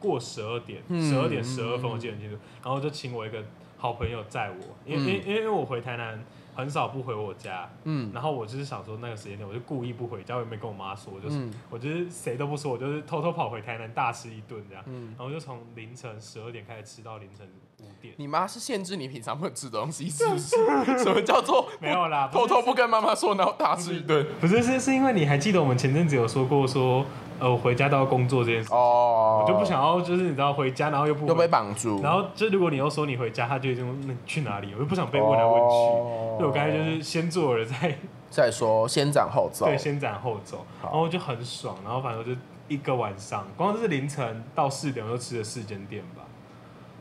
[SPEAKER 1] 过十二点，
[SPEAKER 2] 嗯
[SPEAKER 1] 十二点十二分我记得很清楚，然后就请我一个好朋友载我，因为、因为因为我回台南很少不回我家，
[SPEAKER 2] 嗯
[SPEAKER 1] 然后我就是想说那个时间点，我就故意不回家，我也没跟我妈说，我就是、
[SPEAKER 2] 嗯
[SPEAKER 1] 我就是谁都不说，我就是偷偷跑回台南大吃一顿这样，
[SPEAKER 2] 嗯
[SPEAKER 1] 然，后就从凌晨十二点开始吃到凌晨五点，
[SPEAKER 2] 你妈是限制你平常不能吃的东西，是不是？
[SPEAKER 1] 啊
[SPEAKER 2] 什么叫做
[SPEAKER 1] 没有啦，不
[SPEAKER 2] 偷
[SPEAKER 1] 是
[SPEAKER 2] 偷不跟妈妈说，然后大吃一顿？
[SPEAKER 1] 不是是是因为你还记得我们前阵子有说过说，呃，我回家都要工作这件事，
[SPEAKER 2] 哦，
[SPEAKER 1] (laughs) 我就不想要就是你知道回家然后又不
[SPEAKER 2] 又被
[SPEAKER 1] 回，
[SPEAKER 2] 绑住，
[SPEAKER 1] 然后就如果你又说你回家，他就已经那你去哪里，我就不想被问来问
[SPEAKER 2] 哦
[SPEAKER 1] 去，所以我刚才就是先做了
[SPEAKER 2] (laughs)
[SPEAKER 1] 再
[SPEAKER 2] 再说先斩后奏，
[SPEAKER 1] 对，先斩后奏，
[SPEAKER 2] 好
[SPEAKER 1] 然后就很爽，然后反正我就一个晚上，光是凌晨到四点我就吃了四间店吧，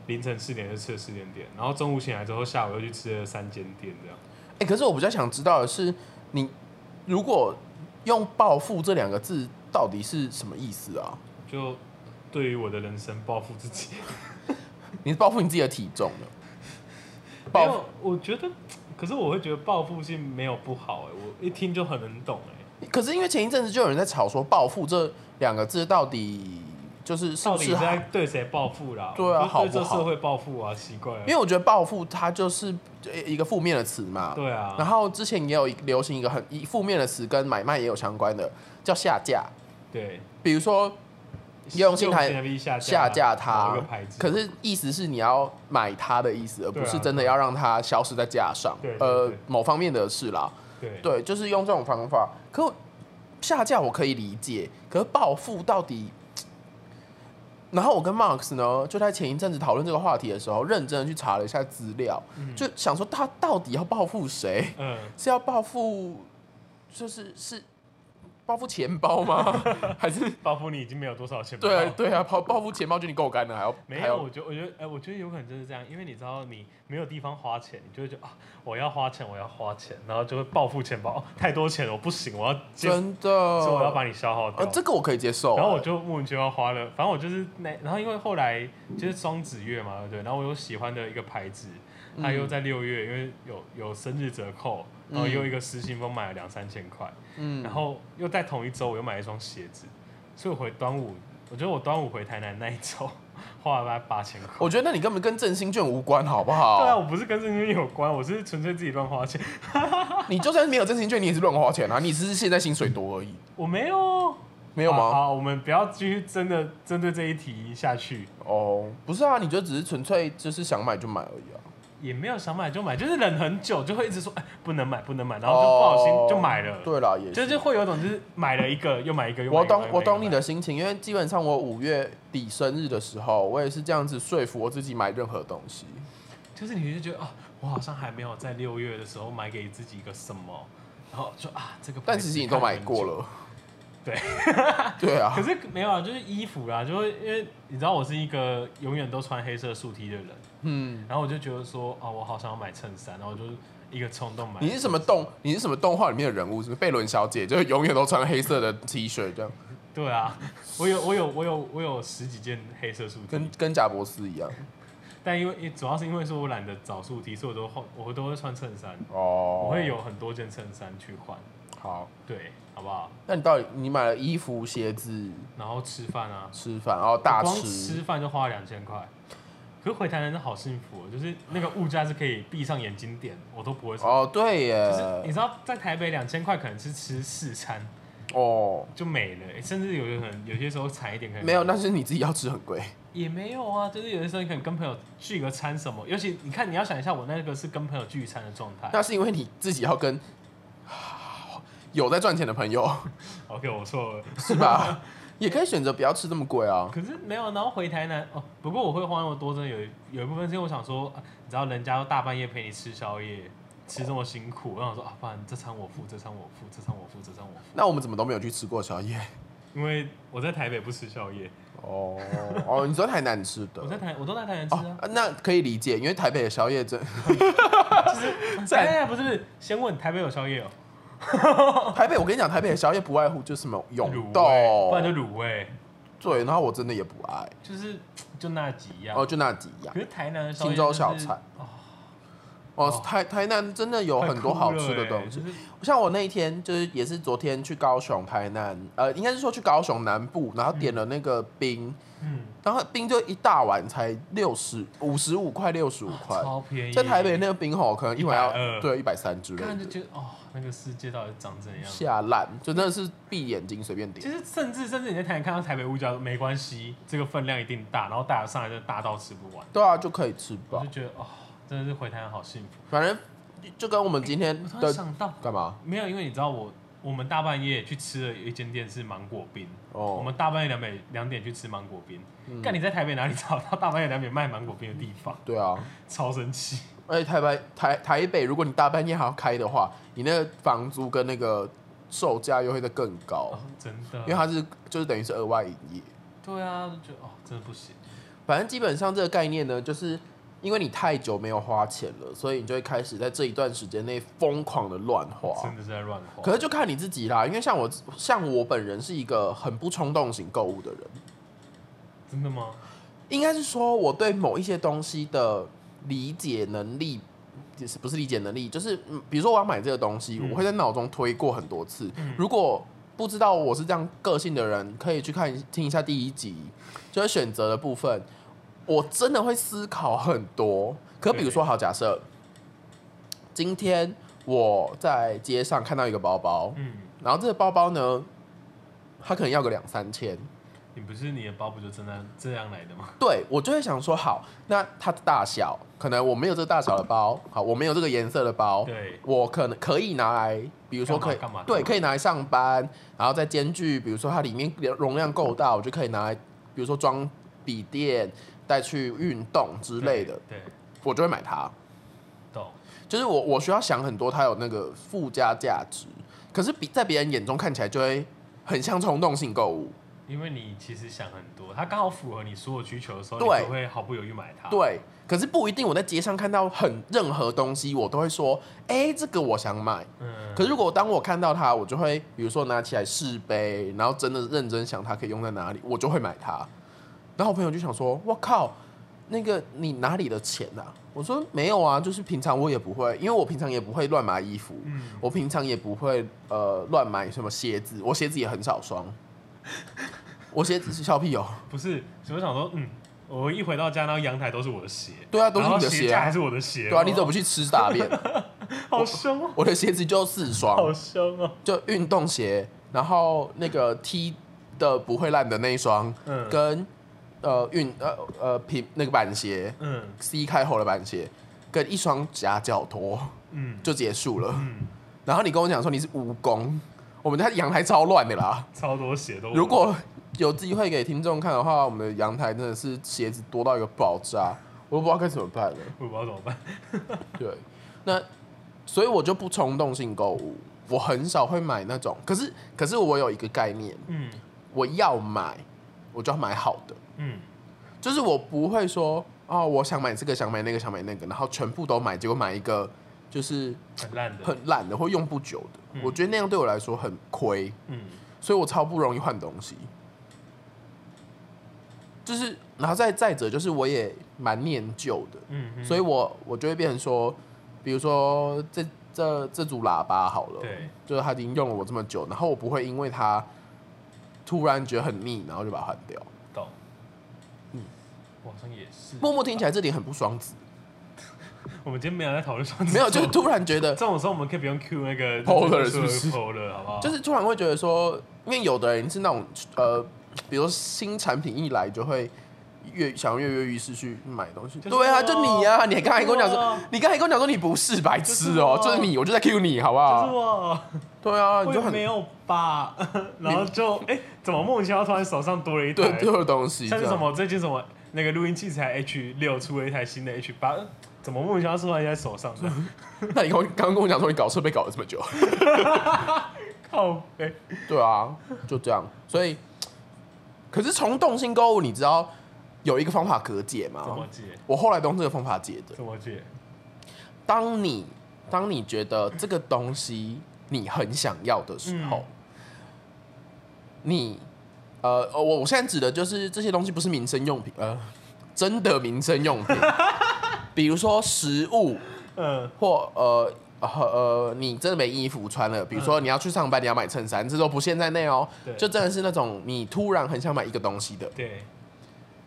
[SPEAKER 1] 凌晨四点就吃了四间店，然后中午醒来之后，下午又去吃了三间店这样。
[SPEAKER 2] 哎、可是我比较想知道的是，你如果用报复这两个字，到底是什么意思啊？
[SPEAKER 1] 就对于我的人生报复自己，
[SPEAKER 2] 你是报复你自己的体重呢？
[SPEAKER 1] 没
[SPEAKER 2] 报
[SPEAKER 1] 有，我觉得，可是我会觉得报复性没有不好哎、我一听就很能懂哎、
[SPEAKER 2] 可是因为前一阵子就有人在吵说“报复”这两个字到底就是是
[SPEAKER 1] 到
[SPEAKER 2] 不
[SPEAKER 1] 底
[SPEAKER 2] 是
[SPEAKER 1] 是
[SPEAKER 2] 好
[SPEAKER 1] 在对谁报复啦？
[SPEAKER 2] 对啊
[SPEAKER 1] 我
[SPEAKER 2] 好
[SPEAKER 1] 就
[SPEAKER 2] 不
[SPEAKER 1] 对这
[SPEAKER 2] 好
[SPEAKER 1] 社会报复啊，奇怪、啊
[SPEAKER 2] 因，为我觉得“报复”它就是一个负面的词嘛。
[SPEAKER 1] 对啊，
[SPEAKER 2] 然后之前也有一流行一个很一负面的词，跟买卖也有相关的，叫下架。
[SPEAKER 1] 对，
[SPEAKER 2] 比如说用心台
[SPEAKER 1] 台币下
[SPEAKER 2] 下架
[SPEAKER 1] 某
[SPEAKER 2] 它
[SPEAKER 1] 一个牌，子，
[SPEAKER 2] 可是意思是你要买它的意思，而
[SPEAKER 1] 对啊
[SPEAKER 2] 不是真的要让它消失在架上
[SPEAKER 1] 对。对
[SPEAKER 2] 呃
[SPEAKER 1] 对，
[SPEAKER 2] 某方面的事啦，
[SPEAKER 1] 对
[SPEAKER 2] 对，就是用这种方法。可我下架我可以理解，可是暴富到底？然后我跟 Max 呢，就在前一阵子讨论这个话题的时候，认真的去查了一下资料，
[SPEAKER 1] 嗯
[SPEAKER 2] 就想说他到底要报复谁？
[SPEAKER 1] 嗯，
[SPEAKER 2] 是要报复，就是是报复钱包吗？ (laughs) 还是
[SPEAKER 1] 报复你已经没有多少钱了。
[SPEAKER 2] 对对啊，报报复钱包就你够干了，还要
[SPEAKER 1] 没
[SPEAKER 2] 还
[SPEAKER 1] 有，
[SPEAKER 2] 要
[SPEAKER 1] 我觉得，我觉得，哎、我觉得有可能真的是这样，因为你知道，你没有地方花钱，你就会觉得啊，我要花钱，我要花钱，然后就会报复钱包，哦太多钱了，我不行，我要接，所
[SPEAKER 2] 真的，
[SPEAKER 1] 以我要把你消耗掉。
[SPEAKER 2] 呃这个我可以接受。啊
[SPEAKER 1] 然后我就莫名其妙花了，反正我就是那，然后因为后来就是双子月嘛，对不对，然后我有喜欢的一个牌子，
[SPEAKER 2] 嗯
[SPEAKER 1] 它又在六月，因为有有生日折扣，然后又一个实心风买了两三千块，
[SPEAKER 2] 嗯
[SPEAKER 1] 然后又在同一周我又买了一双鞋子，所以我回端午，我觉得我端午回台南那一周 (laughs) 花了大概八千块。
[SPEAKER 2] 我觉得那你根本跟振兴券无关，好不好？
[SPEAKER 1] 对啊，我不是跟这些有关，我是纯粹自己乱花钱，
[SPEAKER 2] 你就算没有振兴券，你也是乱花钱啊！你只是现在薪水多而已，
[SPEAKER 1] 我没有哦。
[SPEAKER 2] 没有吗？
[SPEAKER 1] 好，好我们不要继续真的针对这一题下去。
[SPEAKER 2] 哦，不是啊，你就只是纯粹就是想买就买而已啊。
[SPEAKER 1] 也没有想买就买，就是忍很久，就会一直说哎不能买不能买，然后就不小心就买了，
[SPEAKER 2] 哦对啦，也
[SPEAKER 1] 就是会有一种就是买了一个又买一个又买
[SPEAKER 2] 我
[SPEAKER 1] 一个
[SPEAKER 2] 懂我懂你，
[SPEAKER 1] 又买一个
[SPEAKER 2] 的心情，因为基本上我五月底生日的时候，我也是这样子说服我自己买任何东西。
[SPEAKER 1] 就是你就觉得哦，我好像还没有在六月的时候买给自己一个什么，然后就啊这个，
[SPEAKER 2] 但其实你都买过。了，
[SPEAKER 1] (laughs) 对，
[SPEAKER 2] 对啊
[SPEAKER 1] 可，是没有啊，就是衣服啦，就会因为你知道我是一个永远都穿黑色素 T 的人，
[SPEAKER 2] 嗯，
[SPEAKER 1] 然后我就觉得说啊，我好想要买衬衫，然后我就是一个冲动买。
[SPEAKER 2] 你是什么动？你是什么动画里面的人物？是不是贝伦小姐？就是永远都穿黑色的 T 恤，这样
[SPEAKER 1] 对啊，我有我有我有我有十几件黑色素 T，
[SPEAKER 2] 跟跟贾博斯一样。
[SPEAKER 1] 但因为也主要是因为说我懒得找素 T，所以我都换我都会穿衬衫，
[SPEAKER 2] 哦，
[SPEAKER 1] 我会有很多件衬衫去换，
[SPEAKER 2] 好。
[SPEAKER 1] 对，好不好？
[SPEAKER 2] 那你到底你买了衣服、鞋子、
[SPEAKER 1] 然后吃饭啊，
[SPEAKER 2] 吃饭，然后大
[SPEAKER 1] 光
[SPEAKER 2] 吃
[SPEAKER 1] 吃饭就花了两千块。可是回台南真的好幸福、哦，就是那个物价是可以闭上眼睛点，我都不会说。
[SPEAKER 2] 哦，对
[SPEAKER 1] 就是你
[SPEAKER 2] 耶，
[SPEAKER 1] 知道，在台北两千块可能是吃四餐
[SPEAKER 2] 哦，
[SPEAKER 1] 就没了、欸甚至有的可能有些时候惨一点可能
[SPEAKER 2] 没有，那是你自己要吃很贵。
[SPEAKER 1] 也没有啊，就是有的时候你可能跟朋友聚个餐什么，尤其你看你要想一下，我那个是跟朋友聚餐的状态。
[SPEAKER 2] 那是因为你自己要跟有在赚钱的朋友
[SPEAKER 1] OK，我错了，
[SPEAKER 2] 是吧？也可以选择不要吃这么贵啊。
[SPEAKER 1] 可是没有，然后回台南哦。不过我会花那么多，真的有一有一部分是因为我想说，啊你知道人家都大半夜陪你吃宵夜，吃这么辛苦，我想说啊，不然这餐我付，这餐我付，这餐我付，这餐我付，
[SPEAKER 2] 那我们怎么都没有去吃过宵夜？
[SPEAKER 1] 因为我在台北不吃宵夜，
[SPEAKER 2] 哦哦，你说太难吃
[SPEAKER 1] 我在
[SPEAKER 2] 的
[SPEAKER 1] 台我都在台南吃
[SPEAKER 2] 哦
[SPEAKER 1] 啊，
[SPEAKER 2] 啊那可以理解，因为台北的宵夜真，在
[SPEAKER 1] 哎、不是不是，先问台北有宵夜哦、
[SPEAKER 2] 台北我跟你讲，台北的宵夜不外乎就是什么
[SPEAKER 1] 卤
[SPEAKER 2] 永
[SPEAKER 1] 味，
[SPEAKER 2] 豆
[SPEAKER 1] 不，然就卤味，
[SPEAKER 2] 对，然后我真的也不爱，
[SPEAKER 1] 就是就那几样。
[SPEAKER 2] 哦，就那几样
[SPEAKER 1] 可。是台南的宵夜
[SPEAKER 2] 青州
[SPEAKER 1] 就是
[SPEAKER 2] 小菜
[SPEAKER 1] 哦
[SPEAKER 2] 哦
[SPEAKER 1] 哦，
[SPEAKER 2] 台台南真的有
[SPEAKER 1] 快
[SPEAKER 2] 很多
[SPEAKER 1] 哭
[SPEAKER 2] 好
[SPEAKER 1] 了
[SPEAKER 2] 吃的
[SPEAKER 1] 欸
[SPEAKER 2] 东西
[SPEAKER 1] 就，是
[SPEAKER 2] 像我那一天就是也是昨天去高雄、台南，呃，应该是说去高雄南部，然后点了那个冰，
[SPEAKER 1] 嗯，
[SPEAKER 2] 然后冰就一大碗才六十五十五块六十五块，
[SPEAKER 1] 超便宜，
[SPEAKER 2] 在台北那个冰吼可能一碗要
[SPEAKER 1] 120
[SPEAKER 2] 对一百三之类
[SPEAKER 1] 看就
[SPEAKER 2] 的，
[SPEAKER 1] 觉得哦，那个世界到底长怎样？
[SPEAKER 2] 下烂，就真的是闭眼睛随便
[SPEAKER 1] 其
[SPEAKER 2] 点。
[SPEAKER 1] 实甚至甚至你在台南看到台北物价没关系，这个分量一定大，然后大上来就大到吃不完，
[SPEAKER 2] 对啊，就可以吃
[SPEAKER 1] 我
[SPEAKER 2] 饱
[SPEAKER 1] 就，觉得哦，真的是回台南好幸福。
[SPEAKER 2] 反正就跟我们今天
[SPEAKER 1] 我突然
[SPEAKER 2] 的
[SPEAKER 1] 想到，
[SPEAKER 2] 干嘛
[SPEAKER 1] 没有，因为你知道我我们大半夜去吃了一间店是芒果冰，我
[SPEAKER 2] 哦，嗯
[SPEAKER 1] 们大半夜两点两点去吃芒果冰，看、你在台北哪里找到大半夜两点卖芒果冰的地方？
[SPEAKER 2] 对啊，
[SPEAKER 1] 超生气。
[SPEAKER 2] 而且台北台台北，如果你大半夜还要开的话，你那个房租跟那个售价又会再更高
[SPEAKER 1] 哦，， (laughs) 真的，
[SPEAKER 2] 因为它是就是等于是额外营业。
[SPEAKER 1] 对啊，就觉得哦，真的不行。
[SPEAKER 2] 反正基本上这个概念呢，就是因为你太久没有花钱了，所以你就会开始在这一段时间内疯狂的乱花
[SPEAKER 1] 真。的是在乱花。
[SPEAKER 2] 可是就看你自己啦，因为像我像我本人是一个很不冲动型购物的人，
[SPEAKER 1] 真的吗？
[SPEAKER 2] 应该是说我对某一些东西的理解能力。就是不是理解能力，就是嗯比如说我要买这个东西，
[SPEAKER 1] 嗯
[SPEAKER 2] 我会在脑中推过很多次。如果不知道我是这样个性的人，可以去看听一下第一集，就是选择的部分，我真的会思考很多。可比如说，好，假设今天我在街上看到一个包包，
[SPEAKER 1] 嗯，
[SPEAKER 2] 然后这个包包呢，它可能要个两三千，
[SPEAKER 1] 你不是你的包不就真的这样来的吗？
[SPEAKER 2] 对我就会想说，好，那它的大小，可能我没有这个大小的包，好，我没有这个颜色的包，
[SPEAKER 1] 对，
[SPEAKER 2] 我可能可以拿来，比如说可以
[SPEAKER 1] 干嘛干嘛
[SPEAKER 2] 对，
[SPEAKER 1] 干嘛
[SPEAKER 2] 可以拿来上班，然后再兼具，比如说它里面容量够大，我就可以拿来，比如说装笔电，带去运动之类的，
[SPEAKER 1] 对，对，
[SPEAKER 2] 我就会买它。
[SPEAKER 1] 懂。
[SPEAKER 2] 就是我我需要想很多，它有那个附加价值，可是比在别人眼中看起来就会很像冲动性购物。
[SPEAKER 1] 因为你其实想很多，它刚好符合你所有需求的时候，你
[SPEAKER 2] 对
[SPEAKER 1] 就会毫不犹豫买它。，
[SPEAKER 2] 对，可是不一定。我在街上看到很任何东西，我都会说，哎、这个我想买。
[SPEAKER 1] 嗯，
[SPEAKER 2] 可是如果当我看到它，我就会比如说拿起来试呗，然后真的认真想它可以用在哪里，我就会买它。然后我朋友就想说，我靠，那个你哪里的钱啊？我说没有啊，就是平常我也不会，因为我平常也不会乱买衣服，
[SPEAKER 1] 嗯，
[SPEAKER 2] 我平常也不会呃乱买什么鞋子，我鞋子也很少双。我鞋子是小屁友，哦
[SPEAKER 1] 不是，所以我想说，嗯，我一回到家，然后阳台都是我的鞋，
[SPEAKER 2] 对啊，都是
[SPEAKER 1] 然后
[SPEAKER 2] 你的鞋
[SPEAKER 1] 架还
[SPEAKER 2] 啊，
[SPEAKER 1] 是我的鞋，哦
[SPEAKER 2] 对啊，你怎么不去吃大便？
[SPEAKER 1] 好凶
[SPEAKER 2] (laughs)
[SPEAKER 1] 哦，
[SPEAKER 2] 我的鞋子就四双
[SPEAKER 1] 好，凶哦，
[SPEAKER 2] 就运动鞋，然后那个踢的不会烂的那一双，
[SPEAKER 1] 嗯
[SPEAKER 2] 跟呃运呃呃平那个板鞋
[SPEAKER 1] 嗯，
[SPEAKER 2] C 开头的板鞋，跟一双夹脚拖
[SPEAKER 1] 嗯
[SPEAKER 2] 就结束了。
[SPEAKER 1] 嗯，
[SPEAKER 2] (laughs) 然后你跟我讲说你是蜈蚣，我们家阳台超乱的啦。
[SPEAKER 1] 超多血都。
[SPEAKER 2] 如果有机会给听众看的话，我们的阳台真的是鞋子多到一个爆炸，我都不知道该怎么办了。
[SPEAKER 1] 我不知道怎么办，
[SPEAKER 2] 对，那所以我就不冲动性购物，我很少会买那种。可是可是我有一个概念，
[SPEAKER 1] 嗯
[SPEAKER 2] 我要买我就要买好的，
[SPEAKER 1] 嗯
[SPEAKER 2] 就是我不会说哦，我想买这个，想买那个，想买那个，然后全部都买，结果买一个就是
[SPEAKER 1] 很烂的，
[SPEAKER 2] 很烂的或用不久的。
[SPEAKER 1] 嗯
[SPEAKER 2] 我觉得那样对我来说很亏，
[SPEAKER 1] 嗯
[SPEAKER 2] 所以我超不容易换东西。就是，然后再再者就是，我也蛮念旧的，
[SPEAKER 1] 嗯嗯，
[SPEAKER 2] 所以我我就会变成说，比如说这这这组喇叭好了，
[SPEAKER 1] 对，
[SPEAKER 2] 就是它已经用了我这么久，然后我不会因为它突然觉得很腻，然后就把它换掉。
[SPEAKER 1] 懂，嗯，好像也是。
[SPEAKER 2] 默默听起来这点很不双子， (laughs)
[SPEAKER 1] 我们今天没有在讨论双子座，
[SPEAKER 2] 没有，就是突然觉得，
[SPEAKER 1] 这种时候我们可以不用 Q 那个
[SPEAKER 2] Polar 是不是
[SPEAKER 1] Polar 好不好？
[SPEAKER 2] 就是突然会觉得说，因为有的人是那种呃，比如说新产品一来就会越想跃跃欲试去买东西。
[SPEAKER 1] 就是
[SPEAKER 2] 对啊，
[SPEAKER 1] 我
[SPEAKER 2] 就你呀、啊，你刚才跟我讲
[SPEAKER 1] 就是
[SPEAKER 2] 说
[SPEAKER 1] 我，
[SPEAKER 2] 你刚才跟我讲说你不是白痴哦、
[SPEAKER 1] 就是
[SPEAKER 2] 就
[SPEAKER 1] 我
[SPEAKER 2] 是你，我就在 Q 你，好不
[SPEAKER 1] 就是
[SPEAKER 2] 好？
[SPEAKER 1] 我，
[SPEAKER 2] 对啊，你
[SPEAKER 1] 我
[SPEAKER 2] 就
[SPEAKER 1] 也
[SPEAKER 2] 很
[SPEAKER 1] 没有吧， (laughs) 然后就哎、怎么莫名其妙突然手上多了一台
[SPEAKER 2] 对，丢的东西，
[SPEAKER 1] 像是
[SPEAKER 2] 这
[SPEAKER 1] 什
[SPEAKER 2] 样
[SPEAKER 1] 么最近什么那个录音器材 H 六出了一台新的 H 八，呃怎么莫名其妙突然在手上
[SPEAKER 2] (laughs)
[SPEAKER 1] 的？
[SPEAKER 2] 那你跟我刚刚跟我讲说你搞设备搞了这么久，
[SPEAKER 1] 靠背，
[SPEAKER 2] 对啊，就这样。所以，可是从动性购物，你知道有一个方法可解
[SPEAKER 1] 怎么
[SPEAKER 2] 吗？
[SPEAKER 1] 解？
[SPEAKER 2] 我后来都用这个方法解的。
[SPEAKER 1] 怎么解？
[SPEAKER 2] 当你当你觉得这个东西你很想要的时候，
[SPEAKER 1] 嗯
[SPEAKER 2] 你呃，我我现在指的就是这些东西不是民生用品，呃，真的民生用
[SPEAKER 1] (laughs)
[SPEAKER 2] 品，比如说食物
[SPEAKER 1] 嗯
[SPEAKER 2] 或呃。呃呃，你真的没衣服穿了，比如说你要去上班，你要买衬衫，这都不限在内哦
[SPEAKER 1] 对。
[SPEAKER 2] 就真的是那种你突然很想买一个东西的，
[SPEAKER 1] 对，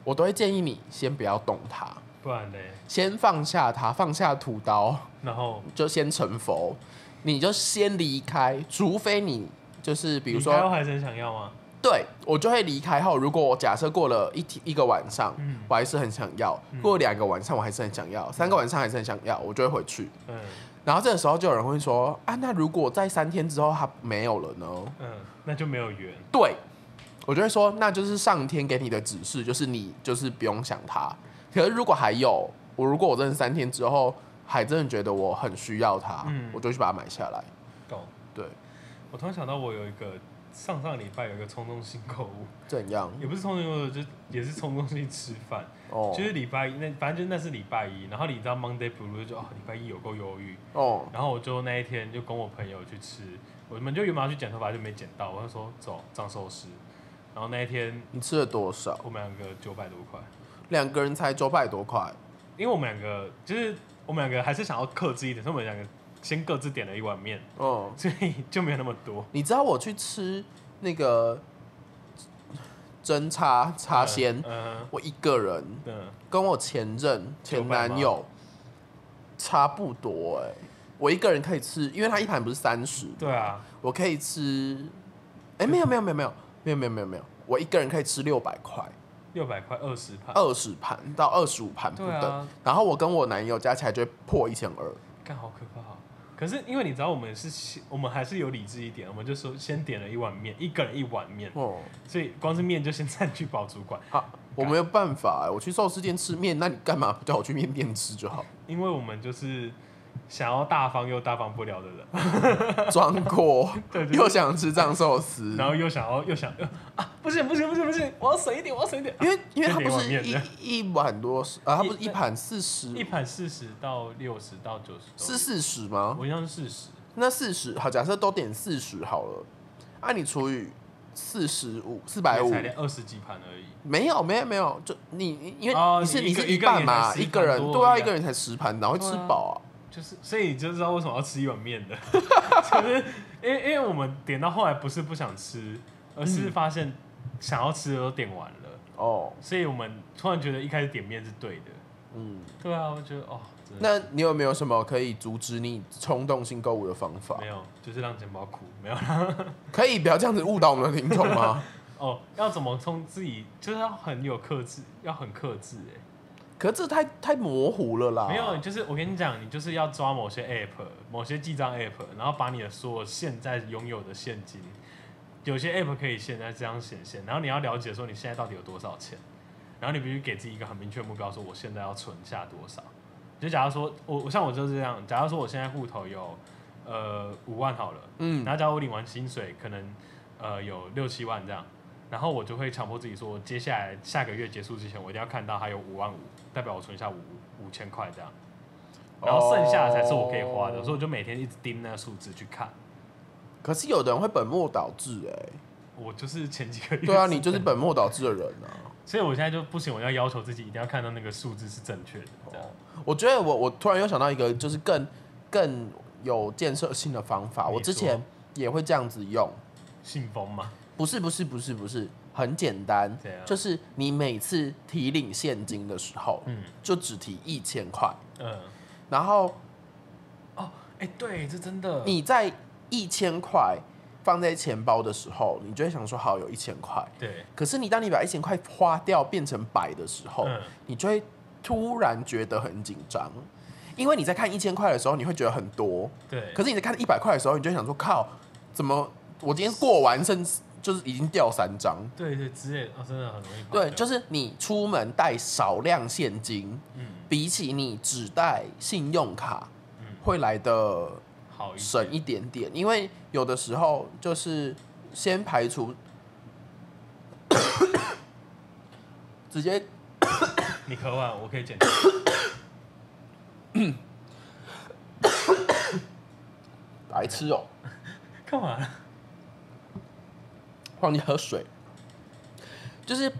[SPEAKER 2] 我都会建议你先不要动它，
[SPEAKER 1] 不然呢？
[SPEAKER 2] 先放下它，放下屠刀， (laughs)
[SPEAKER 1] 然后
[SPEAKER 2] 就先成佛，你就先离开，除非你就是比如
[SPEAKER 1] 你还有
[SPEAKER 2] 说，
[SPEAKER 1] 还是很想要吗？
[SPEAKER 2] 对我就会离开后，如果我假设过了一天一个晚上，
[SPEAKER 1] 嗯
[SPEAKER 2] 我还是很想要；过了两个晚上，我还是很想要；三个晚上还是很想要，我就会回去。
[SPEAKER 1] 嗯
[SPEAKER 2] 然后这个时候就有人会说啊，那如果在三天之后它没有了呢？
[SPEAKER 1] 嗯，那就没有缘。
[SPEAKER 2] 对，我就会说那就是上天给你的指示，就是你就是不用想它。可是如果还有，我如果我真的三天之后还真的觉得我很需要它，
[SPEAKER 1] 嗯
[SPEAKER 2] 我就去把它买下来。
[SPEAKER 1] 懂。
[SPEAKER 2] 对，
[SPEAKER 1] 我突然想到，我有一个上上礼拜有一个冲动性购物，
[SPEAKER 2] 怎样？
[SPEAKER 1] 也不是冲动性购物，就也是冲动性吃饭。
[SPEAKER 2] 哦
[SPEAKER 1] 就是礼拜一，那反正就是那是礼拜一，然后你知道 Monday Blue 就哦，礼拜一有够忧郁，
[SPEAKER 2] 哦，
[SPEAKER 1] 然后我就那一天就跟我朋友去吃，我们就原本要去剪头发就没剪到，我就说走长寿司，然后那一天
[SPEAKER 2] 你吃了多少？
[SPEAKER 1] 我们两个九百多块，
[SPEAKER 2] 两个人才九百多块，
[SPEAKER 1] 因为我们两个就是我们两个还是想要克制一点，所以我们两个先各自点了一碗面， (laughs)
[SPEAKER 2] 嗯，
[SPEAKER 1] 所以就没有那么多。
[SPEAKER 2] 你知道我去吃那个 (laughs) 蒸叉叉鲜，
[SPEAKER 1] 嗯
[SPEAKER 2] 我一个人
[SPEAKER 1] 嗯嗯，
[SPEAKER 2] 跟我前任前男友差不多哎、我一个人可以吃，因为他一盘不是三十，
[SPEAKER 1] 对啊，
[SPEAKER 2] 我可以吃，哎、没有没有没有没有没有没有没有没有，我一个人可以吃六百块，
[SPEAKER 1] 六百块二十盘，
[SPEAKER 2] 二十盘到二十五盘不
[SPEAKER 1] 啊对
[SPEAKER 2] 等，
[SPEAKER 1] 啊，
[SPEAKER 2] 然后我跟我男友加起来就会破一千二。
[SPEAKER 1] 干好可怕、哦。可是因为你知道，我们是先，我们还是有理智一点，我们就说先点了一碗面，一个人一碗面，
[SPEAKER 2] 哦，
[SPEAKER 1] 所以光是面就先占据饱足感，
[SPEAKER 2] 好，啊我没有办法、欸，我去寿司店吃面，那你干嘛不叫我去面店吃
[SPEAKER 1] (laughs)
[SPEAKER 2] 就好？
[SPEAKER 1] 因为我们就是想要大方又大方不了的 (laughs) 人，
[SPEAKER 2] 装过，
[SPEAKER 1] 对就是
[SPEAKER 2] 又想吃藏寿司，
[SPEAKER 1] (laughs) 然后又想要又想又啊，不行不行不行不行，我要省一点，我要省一点，
[SPEAKER 2] 因为因为它
[SPEAKER 1] 就点
[SPEAKER 2] 不
[SPEAKER 1] 一碗
[SPEAKER 2] 是
[SPEAKER 1] 面
[SPEAKER 2] 一
[SPEAKER 1] 这样
[SPEAKER 2] 一碗多十啊，它不是
[SPEAKER 1] 一
[SPEAKER 2] 一盘四十，
[SPEAKER 1] 一盘四十到六十到九十，哦
[SPEAKER 2] 是四十吗？
[SPEAKER 1] 我印象是四十，
[SPEAKER 2] 那四十好，假设都点四十好了，按、你除以四十五，四百五
[SPEAKER 1] 才，连二十几盘而已，
[SPEAKER 2] 没有没有没有，就你你因为
[SPEAKER 1] 哦
[SPEAKER 2] 你是
[SPEAKER 1] 你一
[SPEAKER 2] 你
[SPEAKER 1] 个
[SPEAKER 2] 是
[SPEAKER 1] 一个
[SPEAKER 2] 半
[SPEAKER 1] 人
[SPEAKER 2] 嘛，
[SPEAKER 1] 才
[SPEAKER 2] 一
[SPEAKER 1] 10
[SPEAKER 2] 个
[SPEAKER 1] 盘
[SPEAKER 2] 人
[SPEAKER 1] 多
[SPEAKER 2] 对啊，
[SPEAKER 1] 而已
[SPEAKER 2] 一
[SPEAKER 1] 啊
[SPEAKER 2] 个人才十盘，哪会吃
[SPEAKER 1] 对啊
[SPEAKER 2] 饱啊？
[SPEAKER 1] 就是所以你就知道为什么要吃一碗面的，就是因为因为我们点到后来不是不想吃，而是发现想要吃的都点完了，
[SPEAKER 2] 哦，
[SPEAKER 1] 所以我们突然觉得一开始点面是对的，
[SPEAKER 2] 嗯。
[SPEAKER 1] 对啊，我觉得哦，真的
[SPEAKER 2] 那你有没有什么可以阻止你冲动性购物的方法
[SPEAKER 1] 没？有，就是让钱包哭，没有。
[SPEAKER 2] 可以不要这样子误导我们的听众吗？ (laughs)
[SPEAKER 1] 哦，要怎么冲自己，就是要很有克制，要很克制哎、
[SPEAKER 2] 可是这太太模糊了啦。
[SPEAKER 1] 没有，就是我跟你讲，你就是要抓某些 app、某些记账 app，然后把你的所有现在拥有的现金，有些 app 可以现在这样显现，然后你要了解说你现在到底有多少钱，然后你必须给自己一个很明确的目标，说我现在要存下多少。就假如说我我像我就是这样，假如说我现在户头有呃五万好了，
[SPEAKER 2] 嗯，
[SPEAKER 1] 然后假如我领完薪水可能呃有六七万这样，然后我就会强迫自己说，接下来下个月结束之前，我一定要看到还有五万五，代表我存下五五千块这样，然后剩下的才是我可以花的，
[SPEAKER 2] 哦
[SPEAKER 1] 所以我就每天一直盯那个数字去看。
[SPEAKER 2] 可是有的人会本末倒置哎、
[SPEAKER 1] (laughs) 我就是前几个月，
[SPEAKER 2] 对啊，你就是本末倒置的人啊。
[SPEAKER 1] 所以我现在就不行，我要要求自己一定要看到那个数字是正确的，这
[SPEAKER 2] 哦
[SPEAKER 1] 样。
[SPEAKER 2] 我觉得我我突然又想到一个，就是更更有建设性的方法。
[SPEAKER 1] 你
[SPEAKER 2] 我之
[SPEAKER 1] 说
[SPEAKER 2] 前也会这样子用，
[SPEAKER 1] 信封嘛，
[SPEAKER 2] 不是不是不是不是，很简单
[SPEAKER 1] 怎样，
[SPEAKER 2] 就是你每次提领现金的时候，
[SPEAKER 1] 嗯
[SPEAKER 2] 就只提一千块，
[SPEAKER 1] 嗯，
[SPEAKER 2] 然后
[SPEAKER 1] 哎、对，这真的，
[SPEAKER 2] 你在一千块放在钱包的时候，你就会想说好有一千块，
[SPEAKER 1] 对，
[SPEAKER 2] 可是你当你把一千块花掉变成百的时候，
[SPEAKER 1] 嗯
[SPEAKER 2] 你就会突然觉得很紧张，因为你在看一千块的时候，你会觉得很多，
[SPEAKER 1] 对，
[SPEAKER 2] 可是你在看一百块的时候，你就会想说靠，怎么我今天过完甚至就是已经掉三张。
[SPEAKER 1] 对对之类的，哦，真的很容易跑
[SPEAKER 2] 对，
[SPEAKER 1] 掉
[SPEAKER 2] 就是你出门带少量现金，
[SPEAKER 1] 嗯
[SPEAKER 2] 比起你只带信用卡，
[SPEAKER 1] 嗯，
[SPEAKER 2] 会来的
[SPEAKER 1] 好一点
[SPEAKER 2] 省一点点，因为有的时候就是先排除， (coughs) 直接
[SPEAKER 1] 你渴完，我可以剪
[SPEAKER 2] (coughs)
[SPEAKER 1] 掉。
[SPEAKER 2] 白痴哦、
[SPEAKER 1] 干嘛？
[SPEAKER 2] 放你喝水，就是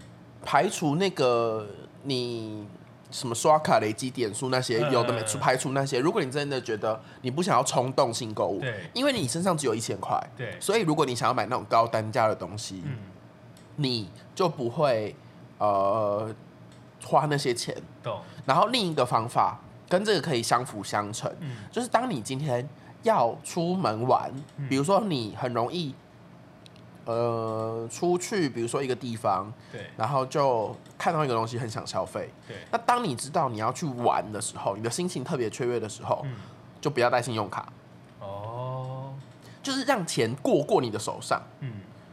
[SPEAKER 2] 排除那个你什么刷卡累积点数那些
[SPEAKER 1] 嗯
[SPEAKER 2] 有的
[SPEAKER 1] 嗯
[SPEAKER 2] 没
[SPEAKER 1] 嗯
[SPEAKER 2] 除排除那些，如果你真的觉得你不想要冲动性购物，
[SPEAKER 1] 对
[SPEAKER 2] 因为你身上只有一千块，
[SPEAKER 1] 对，
[SPEAKER 2] 所以如果你想要买那种高单价的东西，
[SPEAKER 1] 嗯，
[SPEAKER 2] 你就不会呃花那些钱。
[SPEAKER 1] 懂，
[SPEAKER 2] 然后另一个方法跟这个可以相辅相成，
[SPEAKER 1] 嗯
[SPEAKER 2] 就是当你今天要出门玩，
[SPEAKER 1] 嗯
[SPEAKER 2] 比如说你很容易呃出去，比如说一个地方，
[SPEAKER 1] 对
[SPEAKER 2] 然后就看到一个东西很想消费。
[SPEAKER 1] 对，
[SPEAKER 2] 那当你知道你要去玩的时候，你的心情特别雀跃的时候，
[SPEAKER 1] 嗯，
[SPEAKER 2] 就不要带信用卡，
[SPEAKER 1] 哦，
[SPEAKER 2] 就是让钱过过你的手上。
[SPEAKER 1] 嗯，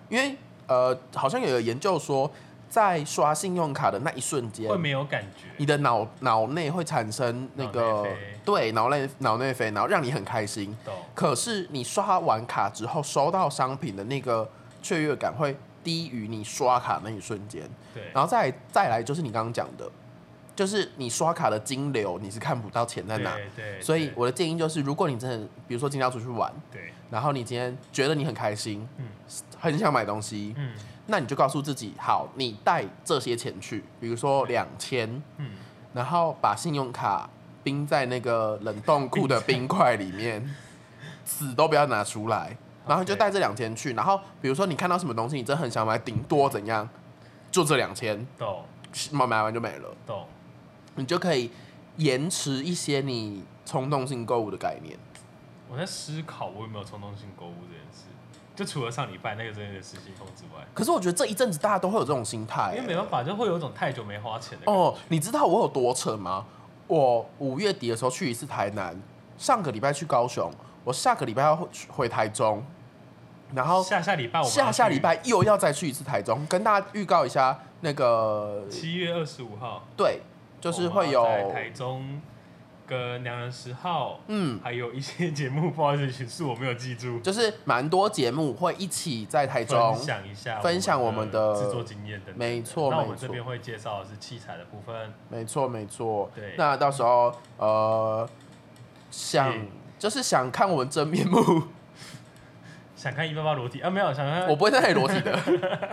[SPEAKER 2] 因为呃，好像有个研究说，在刷信用卡的那一瞬间
[SPEAKER 1] 会，没有感觉，
[SPEAKER 2] 你的脑脑内会产生那
[SPEAKER 1] 脑
[SPEAKER 2] 个
[SPEAKER 1] 内啡
[SPEAKER 2] 对脑内脑内啡，然后让你很开心。
[SPEAKER 1] 懂，
[SPEAKER 2] 可是你刷完卡之后，收到商品的那个雀跃感会低于你刷卡那一瞬间。
[SPEAKER 1] 对，
[SPEAKER 2] 然后再来再来就是你刚刚讲的，就是你刷卡的金流你是看不到钱在哪。
[SPEAKER 1] 对对，
[SPEAKER 2] 所以
[SPEAKER 1] 对
[SPEAKER 2] 我的建议就是，如果你真的，比如说今天要出去玩，
[SPEAKER 1] 对，
[SPEAKER 2] 然后你今天觉得你很开心，
[SPEAKER 1] 嗯
[SPEAKER 2] 很想买东西，
[SPEAKER 1] 嗯
[SPEAKER 2] 那你就告诉自己，好，你带这些钱去，比如说两千，
[SPEAKER 1] 嗯，
[SPEAKER 2] 然后把信用卡冰在那个冷冻库的冰块里面，死都不要拿出来，然后你就
[SPEAKER 1] OK
[SPEAKER 2] 带这两千去，然后比如说你看到什么东西，你真的很想买，顶多怎样，就这两千，
[SPEAKER 1] 懂
[SPEAKER 2] 买买完就没了，
[SPEAKER 1] 懂，
[SPEAKER 2] 你就可以延迟一些你冲动性购物的概念。
[SPEAKER 1] 我在思考我有没有冲动性购物这件事，就除了上礼拜那个真的是信封之外，
[SPEAKER 2] 可是我觉得这一阵子大家都会有这种心态、欸
[SPEAKER 1] 因为没办法，就会有一种太久没花钱的感
[SPEAKER 2] 哎哦
[SPEAKER 1] 觉，，
[SPEAKER 2] 你知道我有多扯吗？我五月底的时候去一次台南，上个礼拜去高雄，我下个礼拜要回回台中，然后
[SPEAKER 1] 下下礼拜我们要
[SPEAKER 2] 下下
[SPEAKER 1] 去
[SPEAKER 2] 礼拜又要再去一次台中，跟大家预告一下那个
[SPEAKER 1] 七月二十五号，
[SPEAKER 2] 对，就是
[SPEAKER 1] 我们要
[SPEAKER 2] 会有
[SPEAKER 1] 哦在台中跟良人十号，
[SPEAKER 2] 嗯，
[SPEAKER 1] 还有一些节目， (laughs) 不好意思，叙述我没有记住。
[SPEAKER 2] 就是蛮多节目会一起在台中
[SPEAKER 1] 分，享一下，
[SPEAKER 2] 分享我们的
[SPEAKER 1] 制作经验等等的。
[SPEAKER 2] 没错
[SPEAKER 1] 那我们
[SPEAKER 2] 没错
[SPEAKER 1] 这边会介绍的是器材的部分。
[SPEAKER 2] 没错没错
[SPEAKER 1] 对，
[SPEAKER 2] 那到时候呃想
[SPEAKER 1] 嗯
[SPEAKER 2] 就是想看我们真
[SPEAKER 1] (laughs)
[SPEAKER 2] 面目，
[SPEAKER 1] 想看一八八裸体啊？没有，想看
[SPEAKER 2] 我不会在那里裸体的。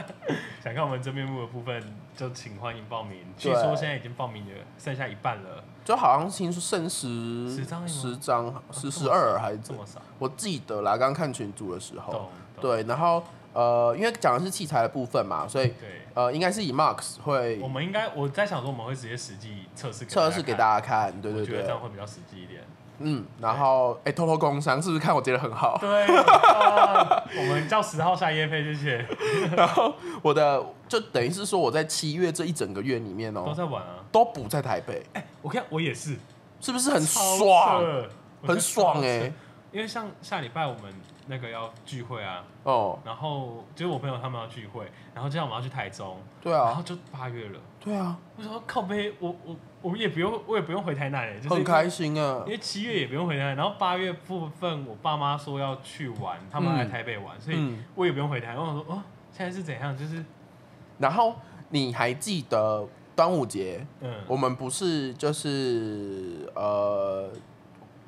[SPEAKER 2] (laughs)
[SPEAKER 1] 想看我们真面目的部分，就请欢迎报名。据
[SPEAKER 2] 对
[SPEAKER 1] 说现在已经报名了，剩下一半了，
[SPEAKER 2] 就好像听说剩十
[SPEAKER 1] 十张而已吗
[SPEAKER 2] 十张、
[SPEAKER 1] 啊
[SPEAKER 2] 十十二还是
[SPEAKER 1] 这
[SPEAKER 2] 怎
[SPEAKER 1] 么少？
[SPEAKER 2] 我记得啦，刚看群组的时
[SPEAKER 1] 懂
[SPEAKER 2] 候，
[SPEAKER 1] 懂
[SPEAKER 2] 对，然后呃，因为讲的是器材的部分嘛，所以
[SPEAKER 1] 对，
[SPEAKER 2] 呃，应该是以 Max 会
[SPEAKER 1] 我们应该我在想说，我们会直接实际测试
[SPEAKER 2] 测试给
[SPEAKER 1] 家
[SPEAKER 2] 大家看，
[SPEAKER 1] 看，
[SPEAKER 2] 对对
[SPEAKER 1] 我觉得这
[SPEAKER 2] 对
[SPEAKER 1] 样，会比较实际一点。
[SPEAKER 2] 嗯，然后哎、偷偷工商是不是看我接的很好？
[SPEAKER 1] 对，啊我们叫十号下夜配，谢谢，
[SPEAKER 2] 然后 (laughs) 我的就等于是说我在七月这一整个月里面哦、
[SPEAKER 1] 都在玩啊。
[SPEAKER 2] 都不在台北，
[SPEAKER 1] 我看我也是，
[SPEAKER 2] 是不是很
[SPEAKER 1] 超
[SPEAKER 2] 爽？
[SPEAKER 1] 扯，我觉
[SPEAKER 2] 很
[SPEAKER 1] 得
[SPEAKER 2] 爽
[SPEAKER 1] 超
[SPEAKER 2] 哎、
[SPEAKER 1] 扯因为像下礼拜我们那个要聚会啊，
[SPEAKER 2] 哦，
[SPEAKER 1] 然后就是我朋友他们要聚会，然后这样我们要去台中，
[SPEAKER 2] 对
[SPEAKER 1] 然后
[SPEAKER 2] 啊，
[SPEAKER 1] 就八月了。
[SPEAKER 2] 对啊，
[SPEAKER 1] 我想说靠背，我我我也不用，我也不用回台南哎，就是
[SPEAKER 2] 很开心啊
[SPEAKER 1] 因。为七月也不用回台南，然后八月部分我爸妈说要去玩，他们来
[SPEAKER 2] 嗯
[SPEAKER 1] 台北玩，所以
[SPEAKER 2] 嗯，
[SPEAKER 1] 我也不用回台南。我想说哦，现在是怎样？就是
[SPEAKER 2] 然后你还记得端午节
[SPEAKER 1] 嗯，
[SPEAKER 2] 我们不是就是呃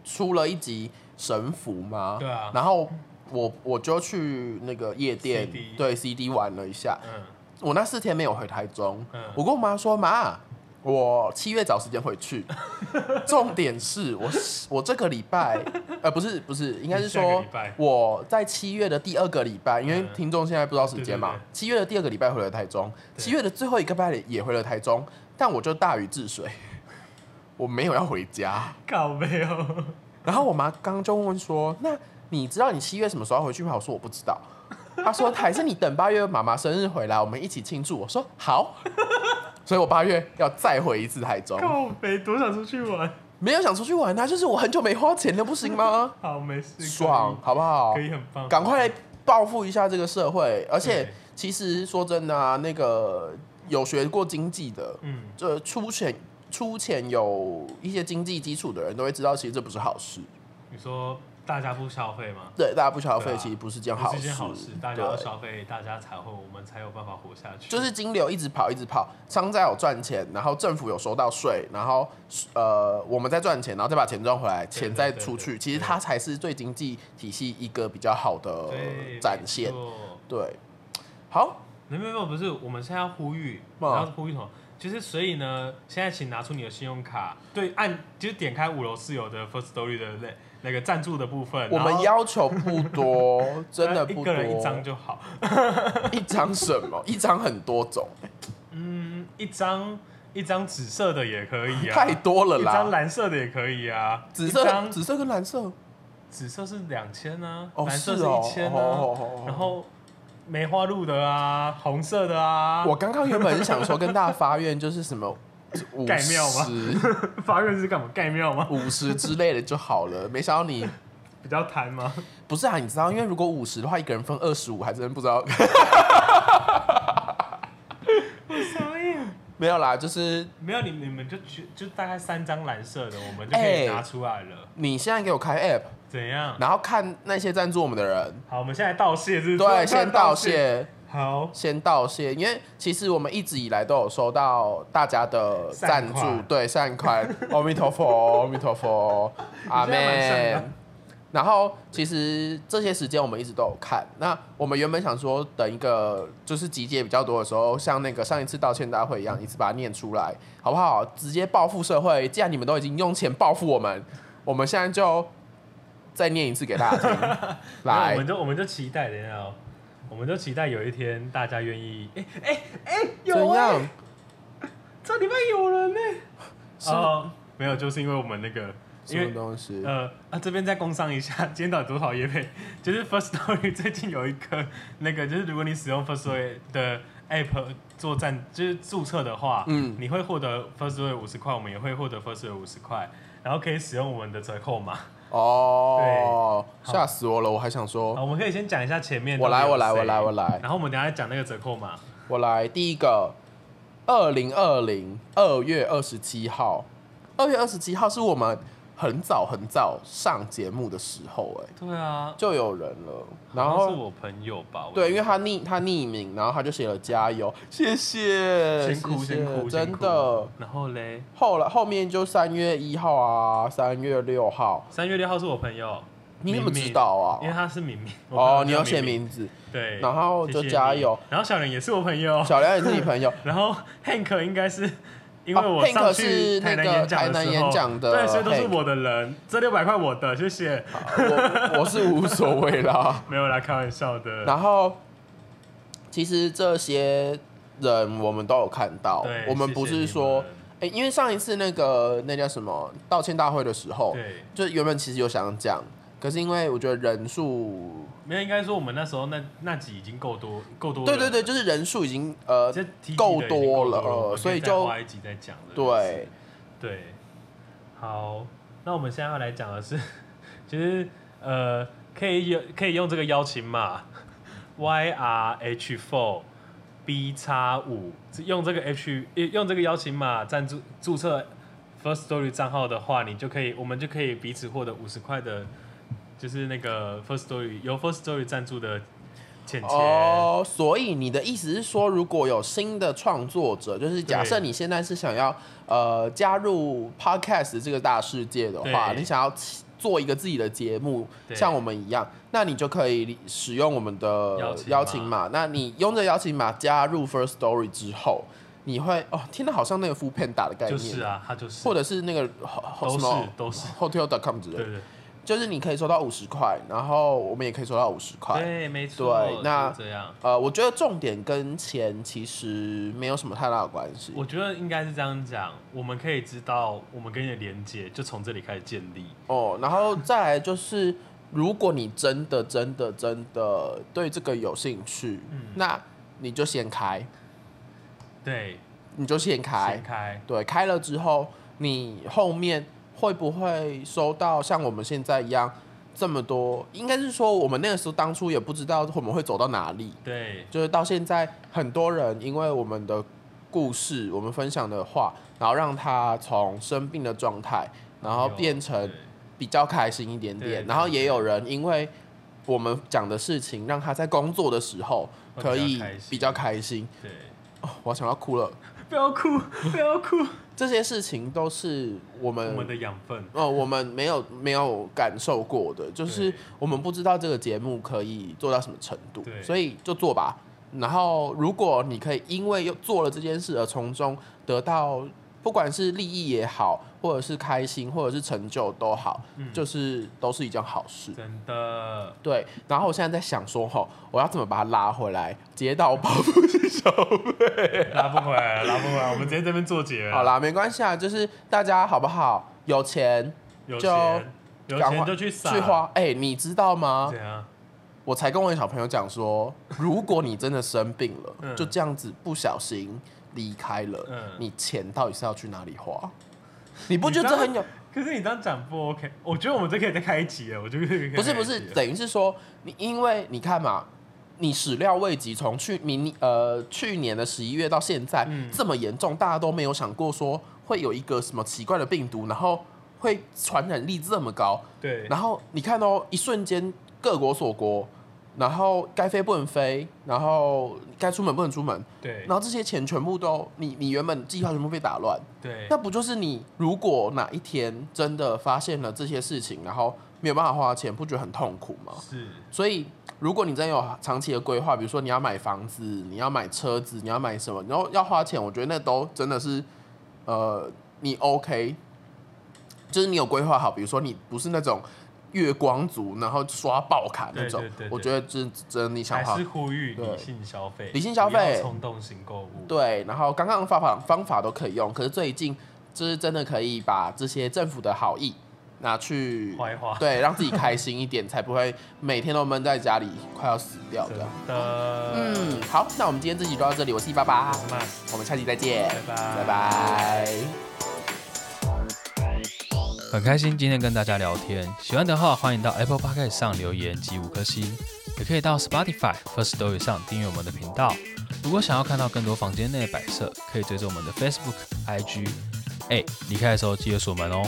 [SPEAKER 2] 出了一集神符吗？
[SPEAKER 1] 对啊
[SPEAKER 2] 然后我我就去那个夜店
[SPEAKER 1] CD
[SPEAKER 2] 对 CD 玩了一下。
[SPEAKER 1] 嗯
[SPEAKER 2] 我那四天没有回台中，
[SPEAKER 1] 嗯
[SPEAKER 2] 我跟我妈说妈。我七月找时间回去， (laughs) 重点是我我这个礼拜，呃，不是不是，应该是
[SPEAKER 1] 你下个
[SPEAKER 2] 说
[SPEAKER 1] 礼拜
[SPEAKER 2] 我在七月的第二个礼拜，因为
[SPEAKER 1] 嗯
[SPEAKER 2] 听众现在不知道时间
[SPEAKER 1] 对
[SPEAKER 2] 嘛
[SPEAKER 1] 对对，
[SPEAKER 2] 七月的第二个礼拜回了台中，
[SPEAKER 1] 对
[SPEAKER 2] 七月的最后一个礼拜也回了台中，但我就大禹治水，我没有要回家。
[SPEAKER 1] 靠背哦，
[SPEAKER 2] 然后我妈刚刚就问说：“那你知道你七月什么时候要回去吗？”我说：“我不知道。”她说：“还是你等八月妈妈生日回来，我们一起庆祝。”我说：“好。” (laughs) 所以，我八月要再回一次台中。
[SPEAKER 1] 靠背多想出去玩，
[SPEAKER 2] 没有想出去玩啊，就是我很久没花钱了，不
[SPEAKER 1] (laughs)
[SPEAKER 2] 行吗？
[SPEAKER 1] 好没事，可以
[SPEAKER 2] 爽，好不好
[SPEAKER 1] 可？以很棒，
[SPEAKER 2] 赶快来报复一下这个社会。而且
[SPEAKER 1] 对，
[SPEAKER 2] 其实说真的啊，那个有学过经济的，
[SPEAKER 1] 嗯，
[SPEAKER 2] 这粗浅粗浅有一些经济基础的人都会知道，其实这不是好事。
[SPEAKER 1] 你说大家不消费吗？
[SPEAKER 2] 对，大家不消费
[SPEAKER 1] 对啊
[SPEAKER 2] 其实不是件
[SPEAKER 1] 不
[SPEAKER 2] 好
[SPEAKER 1] 是
[SPEAKER 2] 事，
[SPEAKER 1] 一件好事，大家要
[SPEAKER 2] 对
[SPEAKER 1] 消费，大家才会，我们才有办法活下去。
[SPEAKER 2] 就是金流一直跑，一直跑，商家有赚钱，然后政府有收到税，然后呃我们再赚钱，然后再把钱赚回来，
[SPEAKER 1] 对
[SPEAKER 2] 钱再
[SPEAKER 1] 对对
[SPEAKER 2] 出去，
[SPEAKER 1] 对
[SPEAKER 2] 其实它才是对经济体系一个比较好的
[SPEAKER 1] 对
[SPEAKER 2] 展现
[SPEAKER 1] 没。错
[SPEAKER 2] 对，好，
[SPEAKER 1] 没有没有没有，不是，我们现在要呼吁，
[SPEAKER 2] 嗯
[SPEAKER 1] 然后呼吁什么？就是所以呢，现在请拿出你的信用卡，对，按就是点开五楼室友的 First Story 的那那个赞助的部分，
[SPEAKER 2] 我
[SPEAKER 1] 然
[SPEAKER 2] 们
[SPEAKER 1] 后
[SPEAKER 2] 要求不
[SPEAKER 1] (laughs)
[SPEAKER 2] 多，真的
[SPEAKER 1] 呃
[SPEAKER 2] 不
[SPEAKER 1] 一
[SPEAKER 2] 多
[SPEAKER 1] 个，人一张就好， (laughs)
[SPEAKER 2] 一张什么？一张很多种，
[SPEAKER 1] 嗯，一张一张紫色的也可以啊，
[SPEAKER 2] 太多了
[SPEAKER 1] 一张
[SPEAKER 2] 啦。
[SPEAKER 1] 蓝色的也可以啊，
[SPEAKER 2] 紫
[SPEAKER 1] 一
[SPEAKER 2] 色、
[SPEAKER 1] 张
[SPEAKER 2] 紫色跟蓝色，
[SPEAKER 1] 紫色是两千啊，
[SPEAKER 2] 哦
[SPEAKER 1] 蓝色
[SPEAKER 2] 是哦
[SPEAKER 1] 一千
[SPEAKER 2] 哦哦哦哦
[SPEAKER 1] 啊，然后梅花鹿的啊，红色的啊，
[SPEAKER 2] 我刚刚原本是想说跟大家发愿，就是什么五
[SPEAKER 1] 盖庙吗
[SPEAKER 2] 十。
[SPEAKER 1] 发愿是干嘛？盖庙吗？
[SPEAKER 2] 五十之类的就好了。没想到你
[SPEAKER 1] 比较贪吗？
[SPEAKER 2] 不是啊，你知道，因为如果五十的话，一个人分二十五，还真不知道。 (laughs)
[SPEAKER 1] 傻眼。
[SPEAKER 2] 没有啦，就是
[SPEAKER 1] 没有你，你们就去就大概三张蓝色的，我们就可以
[SPEAKER 2] 哎
[SPEAKER 1] 拿出来了。
[SPEAKER 2] 你现在给我开 app，
[SPEAKER 1] 怎样？
[SPEAKER 2] 然后看那些赞助我们的人，
[SPEAKER 1] 好，我们现在道谢是不是
[SPEAKER 2] 对，先
[SPEAKER 1] 突
[SPEAKER 2] 道。
[SPEAKER 1] 然
[SPEAKER 2] 谢，
[SPEAKER 1] 好，
[SPEAKER 2] 先道谢，因为其实我们一直以来都有收到大家的赞助
[SPEAKER 1] 善款，
[SPEAKER 2] 对，
[SPEAKER 1] (laughs)
[SPEAKER 2] 善款，阿弥陀佛，阿弥陀佛，阿
[SPEAKER 1] 你现在蛮善
[SPEAKER 2] 门
[SPEAKER 1] 的。
[SPEAKER 2] 然后其实这些时间我们一直都有看。那我们原本想说，等一个就是集结比较多的时候，像那个上一次道歉大会一样，一次把它念出来，好不好？直接报复社会。既然你们都已经用钱报复我们，我们现在就再念一次给大家听。
[SPEAKER 1] 那我
[SPEAKER 2] 来
[SPEAKER 1] 们，就我们就期待，等一下哦，我们就期待有一天大家愿意。哎哎哎，
[SPEAKER 2] 怎
[SPEAKER 1] 有哎、
[SPEAKER 2] 样？
[SPEAKER 1] 这礼拜有人呢、
[SPEAKER 2] 是
[SPEAKER 1] 哦，没有，就是因为我们那个，
[SPEAKER 2] 什
[SPEAKER 1] 因
[SPEAKER 2] 么
[SPEAKER 1] 为
[SPEAKER 2] 东西？
[SPEAKER 1] 呃啊，这边再工商一下， (laughs) 今天到底多少业配？ (laughs) 就是 First Story (laughs) 最近有一个那个，就是如果你使用 First Story 的 App 做赞，就是注册的话，
[SPEAKER 2] 嗯
[SPEAKER 1] 你会获得 First Story 五十块，我们也会获得 First Story 五十块，然后可以使用我们的折扣
[SPEAKER 2] (laughs)
[SPEAKER 1] 码。
[SPEAKER 2] 哦，
[SPEAKER 1] 对
[SPEAKER 2] 吓死我了！我还想说，
[SPEAKER 1] 好，我们可以先讲一下前面。
[SPEAKER 2] 我来，
[SPEAKER 1] 到
[SPEAKER 2] 我
[SPEAKER 1] 底有
[SPEAKER 2] 来，
[SPEAKER 1] 谁
[SPEAKER 2] 我来，我。来，
[SPEAKER 1] 然后我们等一下再讲那个折扣码。
[SPEAKER 2] 我来。第一个，二零二零二月二十七号，二月二十七号是我们很早很早上节目的时候、哎，
[SPEAKER 1] 对啊，
[SPEAKER 2] 就有人了。然
[SPEAKER 1] 好像是
[SPEAKER 2] 后
[SPEAKER 1] 我朋友吧？我
[SPEAKER 2] 对，因为他匿他匿名，然后他就写了加油，谢谢，
[SPEAKER 1] 先哭
[SPEAKER 2] 谢
[SPEAKER 1] 先
[SPEAKER 2] 谢
[SPEAKER 1] 哭，先
[SPEAKER 2] 真
[SPEAKER 1] 哭
[SPEAKER 2] 的。。
[SPEAKER 1] 然后嘞，
[SPEAKER 2] 后来后面就三月一号啊，三月六号，
[SPEAKER 1] 三月六号是我朋友，
[SPEAKER 2] 你怎么
[SPEAKER 1] 明
[SPEAKER 2] 知
[SPEAKER 1] 明？
[SPEAKER 2] 道啊
[SPEAKER 1] 因？为他是明明。我朋友
[SPEAKER 2] 哦
[SPEAKER 1] 叫，
[SPEAKER 2] 你有写
[SPEAKER 1] 明明
[SPEAKER 2] 名字，
[SPEAKER 1] 对，
[SPEAKER 2] 然后就
[SPEAKER 1] 谢谢
[SPEAKER 2] 加
[SPEAKER 1] 你
[SPEAKER 2] 油。
[SPEAKER 1] 然后小莲也是我朋友，
[SPEAKER 2] 小梁也是你朋友，
[SPEAKER 1] (laughs) 然后 Hank 应该是因为
[SPEAKER 2] 哦
[SPEAKER 1] 我
[SPEAKER 2] ，Hank
[SPEAKER 1] 上
[SPEAKER 2] 是
[SPEAKER 1] 去台
[SPEAKER 2] 那
[SPEAKER 1] 南
[SPEAKER 2] 个
[SPEAKER 1] 演讲
[SPEAKER 2] 台南
[SPEAKER 1] 的时
[SPEAKER 2] 演
[SPEAKER 1] 候
[SPEAKER 2] 讲的
[SPEAKER 1] 对，所以都是
[SPEAKER 2] Hank
[SPEAKER 1] 我的人，这六百块我的，谢谢。
[SPEAKER 2] 我我是无所谓啦。
[SPEAKER 1] 没有啦，开玩笑的。
[SPEAKER 2] 然后，其实这些人我们都有看到
[SPEAKER 1] 对，，
[SPEAKER 2] 我们
[SPEAKER 1] 谢谢
[SPEAKER 2] 不
[SPEAKER 1] 你
[SPEAKER 2] 是说，哎、因为上一次那个那叫什么道歉大会的时候，
[SPEAKER 1] 对，
[SPEAKER 2] 就原本其实有想讲，可是因为我觉得人数，
[SPEAKER 1] 没有应该说我们那时候那那集已经够多够多人
[SPEAKER 2] 对
[SPEAKER 1] 了，
[SPEAKER 2] 对对，就是人数已经呃，
[SPEAKER 1] 这提及的已经
[SPEAKER 2] 够
[SPEAKER 1] 够
[SPEAKER 2] 多了
[SPEAKER 1] 了，
[SPEAKER 2] 呃
[SPEAKER 1] 我们可
[SPEAKER 2] 所以
[SPEAKER 1] 再
[SPEAKER 2] 就
[SPEAKER 1] 花一集再讲的。
[SPEAKER 2] 对，
[SPEAKER 1] 对，好，那我们现在要来讲的是，其实呃，可以有可以用这个邀请码 Y R H four B 叉五，用这个 H 呃用这个邀请码赞助注册 First Story 账号的话，你就可以，我们就可以彼此获得五十块的，就是那个 First Story 由 First Story 赞助的钱钱。
[SPEAKER 2] 哦，所以你的意思是说，如果有新的创作者，就是假设
[SPEAKER 1] 对
[SPEAKER 2] 你现在是想要呃加入 podcast 这个大世界的话，
[SPEAKER 1] 对
[SPEAKER 2] 你想要起做一个自己的节目，
[SPEAKER 1] 对
[SPEAKER 2] 像我们一样，那你就可以使用我们的
[SPEAKER 1] 邀请码
[SPEAKER 2] 邀请码。那你用这邀请码加入 First Story 之后，你会哦，听得好像那个 f o o Panda 的概
[SPEAKER 1] 就
[SPEAKER 2] 念，
[SPEAKER 1] 是啊，他就是，
[SPEAKER 2] 或者哦是那个
[SPEAKER 1] 都
[SPEAKER 2] 什
[SPEAKER 1] 是
[SPEAKER 2] 么
[SPEAKER 1] 都是，
[SPEAKER 2] hotel.com 之类
[SPEAKER 1] 对
[SPEAKER 2] 的，
[SPEAKER 1] 对
[SPEAKER 2] 就是你可以收到五十块，然后我们也可以收到五十块。
[SPEAKER 1] 对，没错，
[SPEAKER 2] 啊对
[SPEAKER 1] 就是
[SPEAKER 2] 那
[SPEAKER 1] 这样。
[SPEAKER 2] 呃，我觉得重点跟钱其实没有什么太大的关系。
[SPEAKER 1] 我觉得应该是这样讲，我们可以知道我们跟你的连接就从这里开始建立。
[SPEAKER 2] 哦，然后再来就是，如果你真的、真的、真的对这个有兴趣，
[SPEAKER 1] 嗯
[SPEAKER 2] 那你就先开，
[SPEAKER 1] 对，
[SPEAKER 2] 你就先开，
[SPEAKER 1] 先开，
[SPEAKER 2] 对，开了之后，你后面会不会收到像我们现在一样这么多？应该是说，我们那个时候当初也不知道我们会走到哪里，
[SPEAKER 1] 对
[SPEAKER 2] 就是到现在，很多人因为我们的故事，我们分享的话，然后让他从生病的状态，然后变成
[SPEAKER 1] 对
[SPEAKER 2] 比较开心一点
[SPEAKER 1] 对
[SPEAKER 2] 点。
[SPEAKER 1] 对
[SPEAKER 2] 然后也有人因为我们讲的事情，让他在工作的时候
[SPEAKER 1] 会
[SPEAKER 2] 可以比
[SPEAKER 1] 比
[SPEAKER 2] 较
[SPEAKER 1] 较
[SPEAKER 2] 开心。
[SPEAKER 1] 对，
[SPEAKER 2] 哦，我想要哭了。
[SPEAKER 1] 不要哭，不要哭，
[SPEAKER 2] 这些事情都是我
[SPEAKER 1] 我
[SPEAKER 2] 们
[SPEAKER 1] 们的养分。
[SPEAKER 2] 呃，我们没有没有感受过的，就是
[SPEAKER 1] 对
[SPEAKER 2] 我们不知道这个节目可以做到什么程度，
[SPEAKER 1] 对
[SPEAKER 2] 所以就做吧。然后，如果你可以因为又做了这件事而从中得到，不管是利益也好，或者是开心，或者是成就都好，
[SPEAKER 1] 嗯
[SPEAKER 2] 就是都是一件好事。
[SPEAKER 1] 真的，
[SPEAKER 2] 对，然后我现在在想说，吼，我要怎么把它拉回来？街道报复性消费。
[SPEAKER 1] 拉不回来了，拉不回来，我们直接这边做结了。
[SPEAKER 2] 好，啦，没关系啊，就是大家好不好？有钱
[SPEAKER 1] 有
[SPEAKER 2] 就
[SPEAKER 1] 钱，有
[SPEAKER 2] 赶快
[SPEAKER 1] 钱就去撒，
[SPEAKER 2] 去花。哎、你知道吗？
[SPEAKER 1] 怎样？
[SPEAKER 2] 我才跟我的小朋友讲说，如果你真的生病了，
[SPEAKER 1] 嗯
[SPEAKER 2] 就这样子不小心离开了，
[SPEAKER 1] 嗯
[SPEAKER 2] 你钱到底是要去哪里花？你不觉得这很有？
[SPEAKER 1] 可是你这样讲不 OK，我觉得我们这可以再开一集了，我觉得可以再开一集
[SPEAKER 2] 不是不是，
[SPEAKER 1] 了
[SPEAKER 2] 等于是说，你因为你看嘛，你始料未及，从去明呃去年的十一月到现在、
[SPEAKER 1] 嗯
[SPEAKER 2] 这么严重，大家都没有想过说会有一个什么奇怪的病毒，然后会传染力这么高，
[SPEAKER 1] 对，
[SPEAKER 2] 然后你看哦，一瞬间各国锁国，然后该飞不能飞，然后该出门不能出门，
[SPEAKER 1] 对
[SPEAKER 2] 然后这些钱全部都你你原本计划全部被打乱，
[SPEAKER 1] 对
[SPEAKER 2] 那不就是你如果哪一天真的发现了这些事情，然后没有办法花钱，不觉得很痛苦吗？
[SPEAKER 1] 是，
[SPEAKER 2] 所以如果你真的有长期的规划，比如说你要买房子，你要买车子，你要买什么，然后要花钱，我觉得那都真的是，呃，你 OK，就是你有规划好，比如说你不是那种月光族，然后刷爆卡那种，
[SPEAKER 1] 对对对对
[SPEAKER 2] 我觉得真真的你想
[SPEAKER 1] 还
[SPEAKER 2] 好
[SPEAKER 1] 是。呼吁
[SPEAKER 2] 对
[SPEAKER 1] 理性消费，
[SPEAKER 2] 理性消
[SPEAKER 1] 不要
[SPEAKER 2] 费
[SPEAKER 1] 冲动型购物。
[SPEAKER 2] 对，然后刚刚的方法方法都可以用，可是最近就是真的可以把这些政府的好意拿去
[SPEAKER 1] 花一花
[SPEAKER 2] 对，让自己开心一点，才不会每天都闷在家里快要死掉
[SPEAKER 1] 真
[SPEAKER 2] 这样。
[SPEAKER 1] 的，
[SPEAKER 2] 嗯，好，那我们今天这集就到这里，我是一八八
[SPEAKER 1] 我，是 Max，
[SPEAKER 2] 我们下期再见，
[SPEAKER 1] 拜拜
[SPEAKER 2] 拜拜。
[SPEAKER 3] 很开心今天跟大家聊天，喜欢的话欢迎到 Apple Podcast 上留言及五颗星，也可以到 Spotify、First Story 上订阅我们的频道。如果想要看到更多房间内的摆设，可以追踪我们的 Facebook、IG。哎，离开的时候记得锁门哦。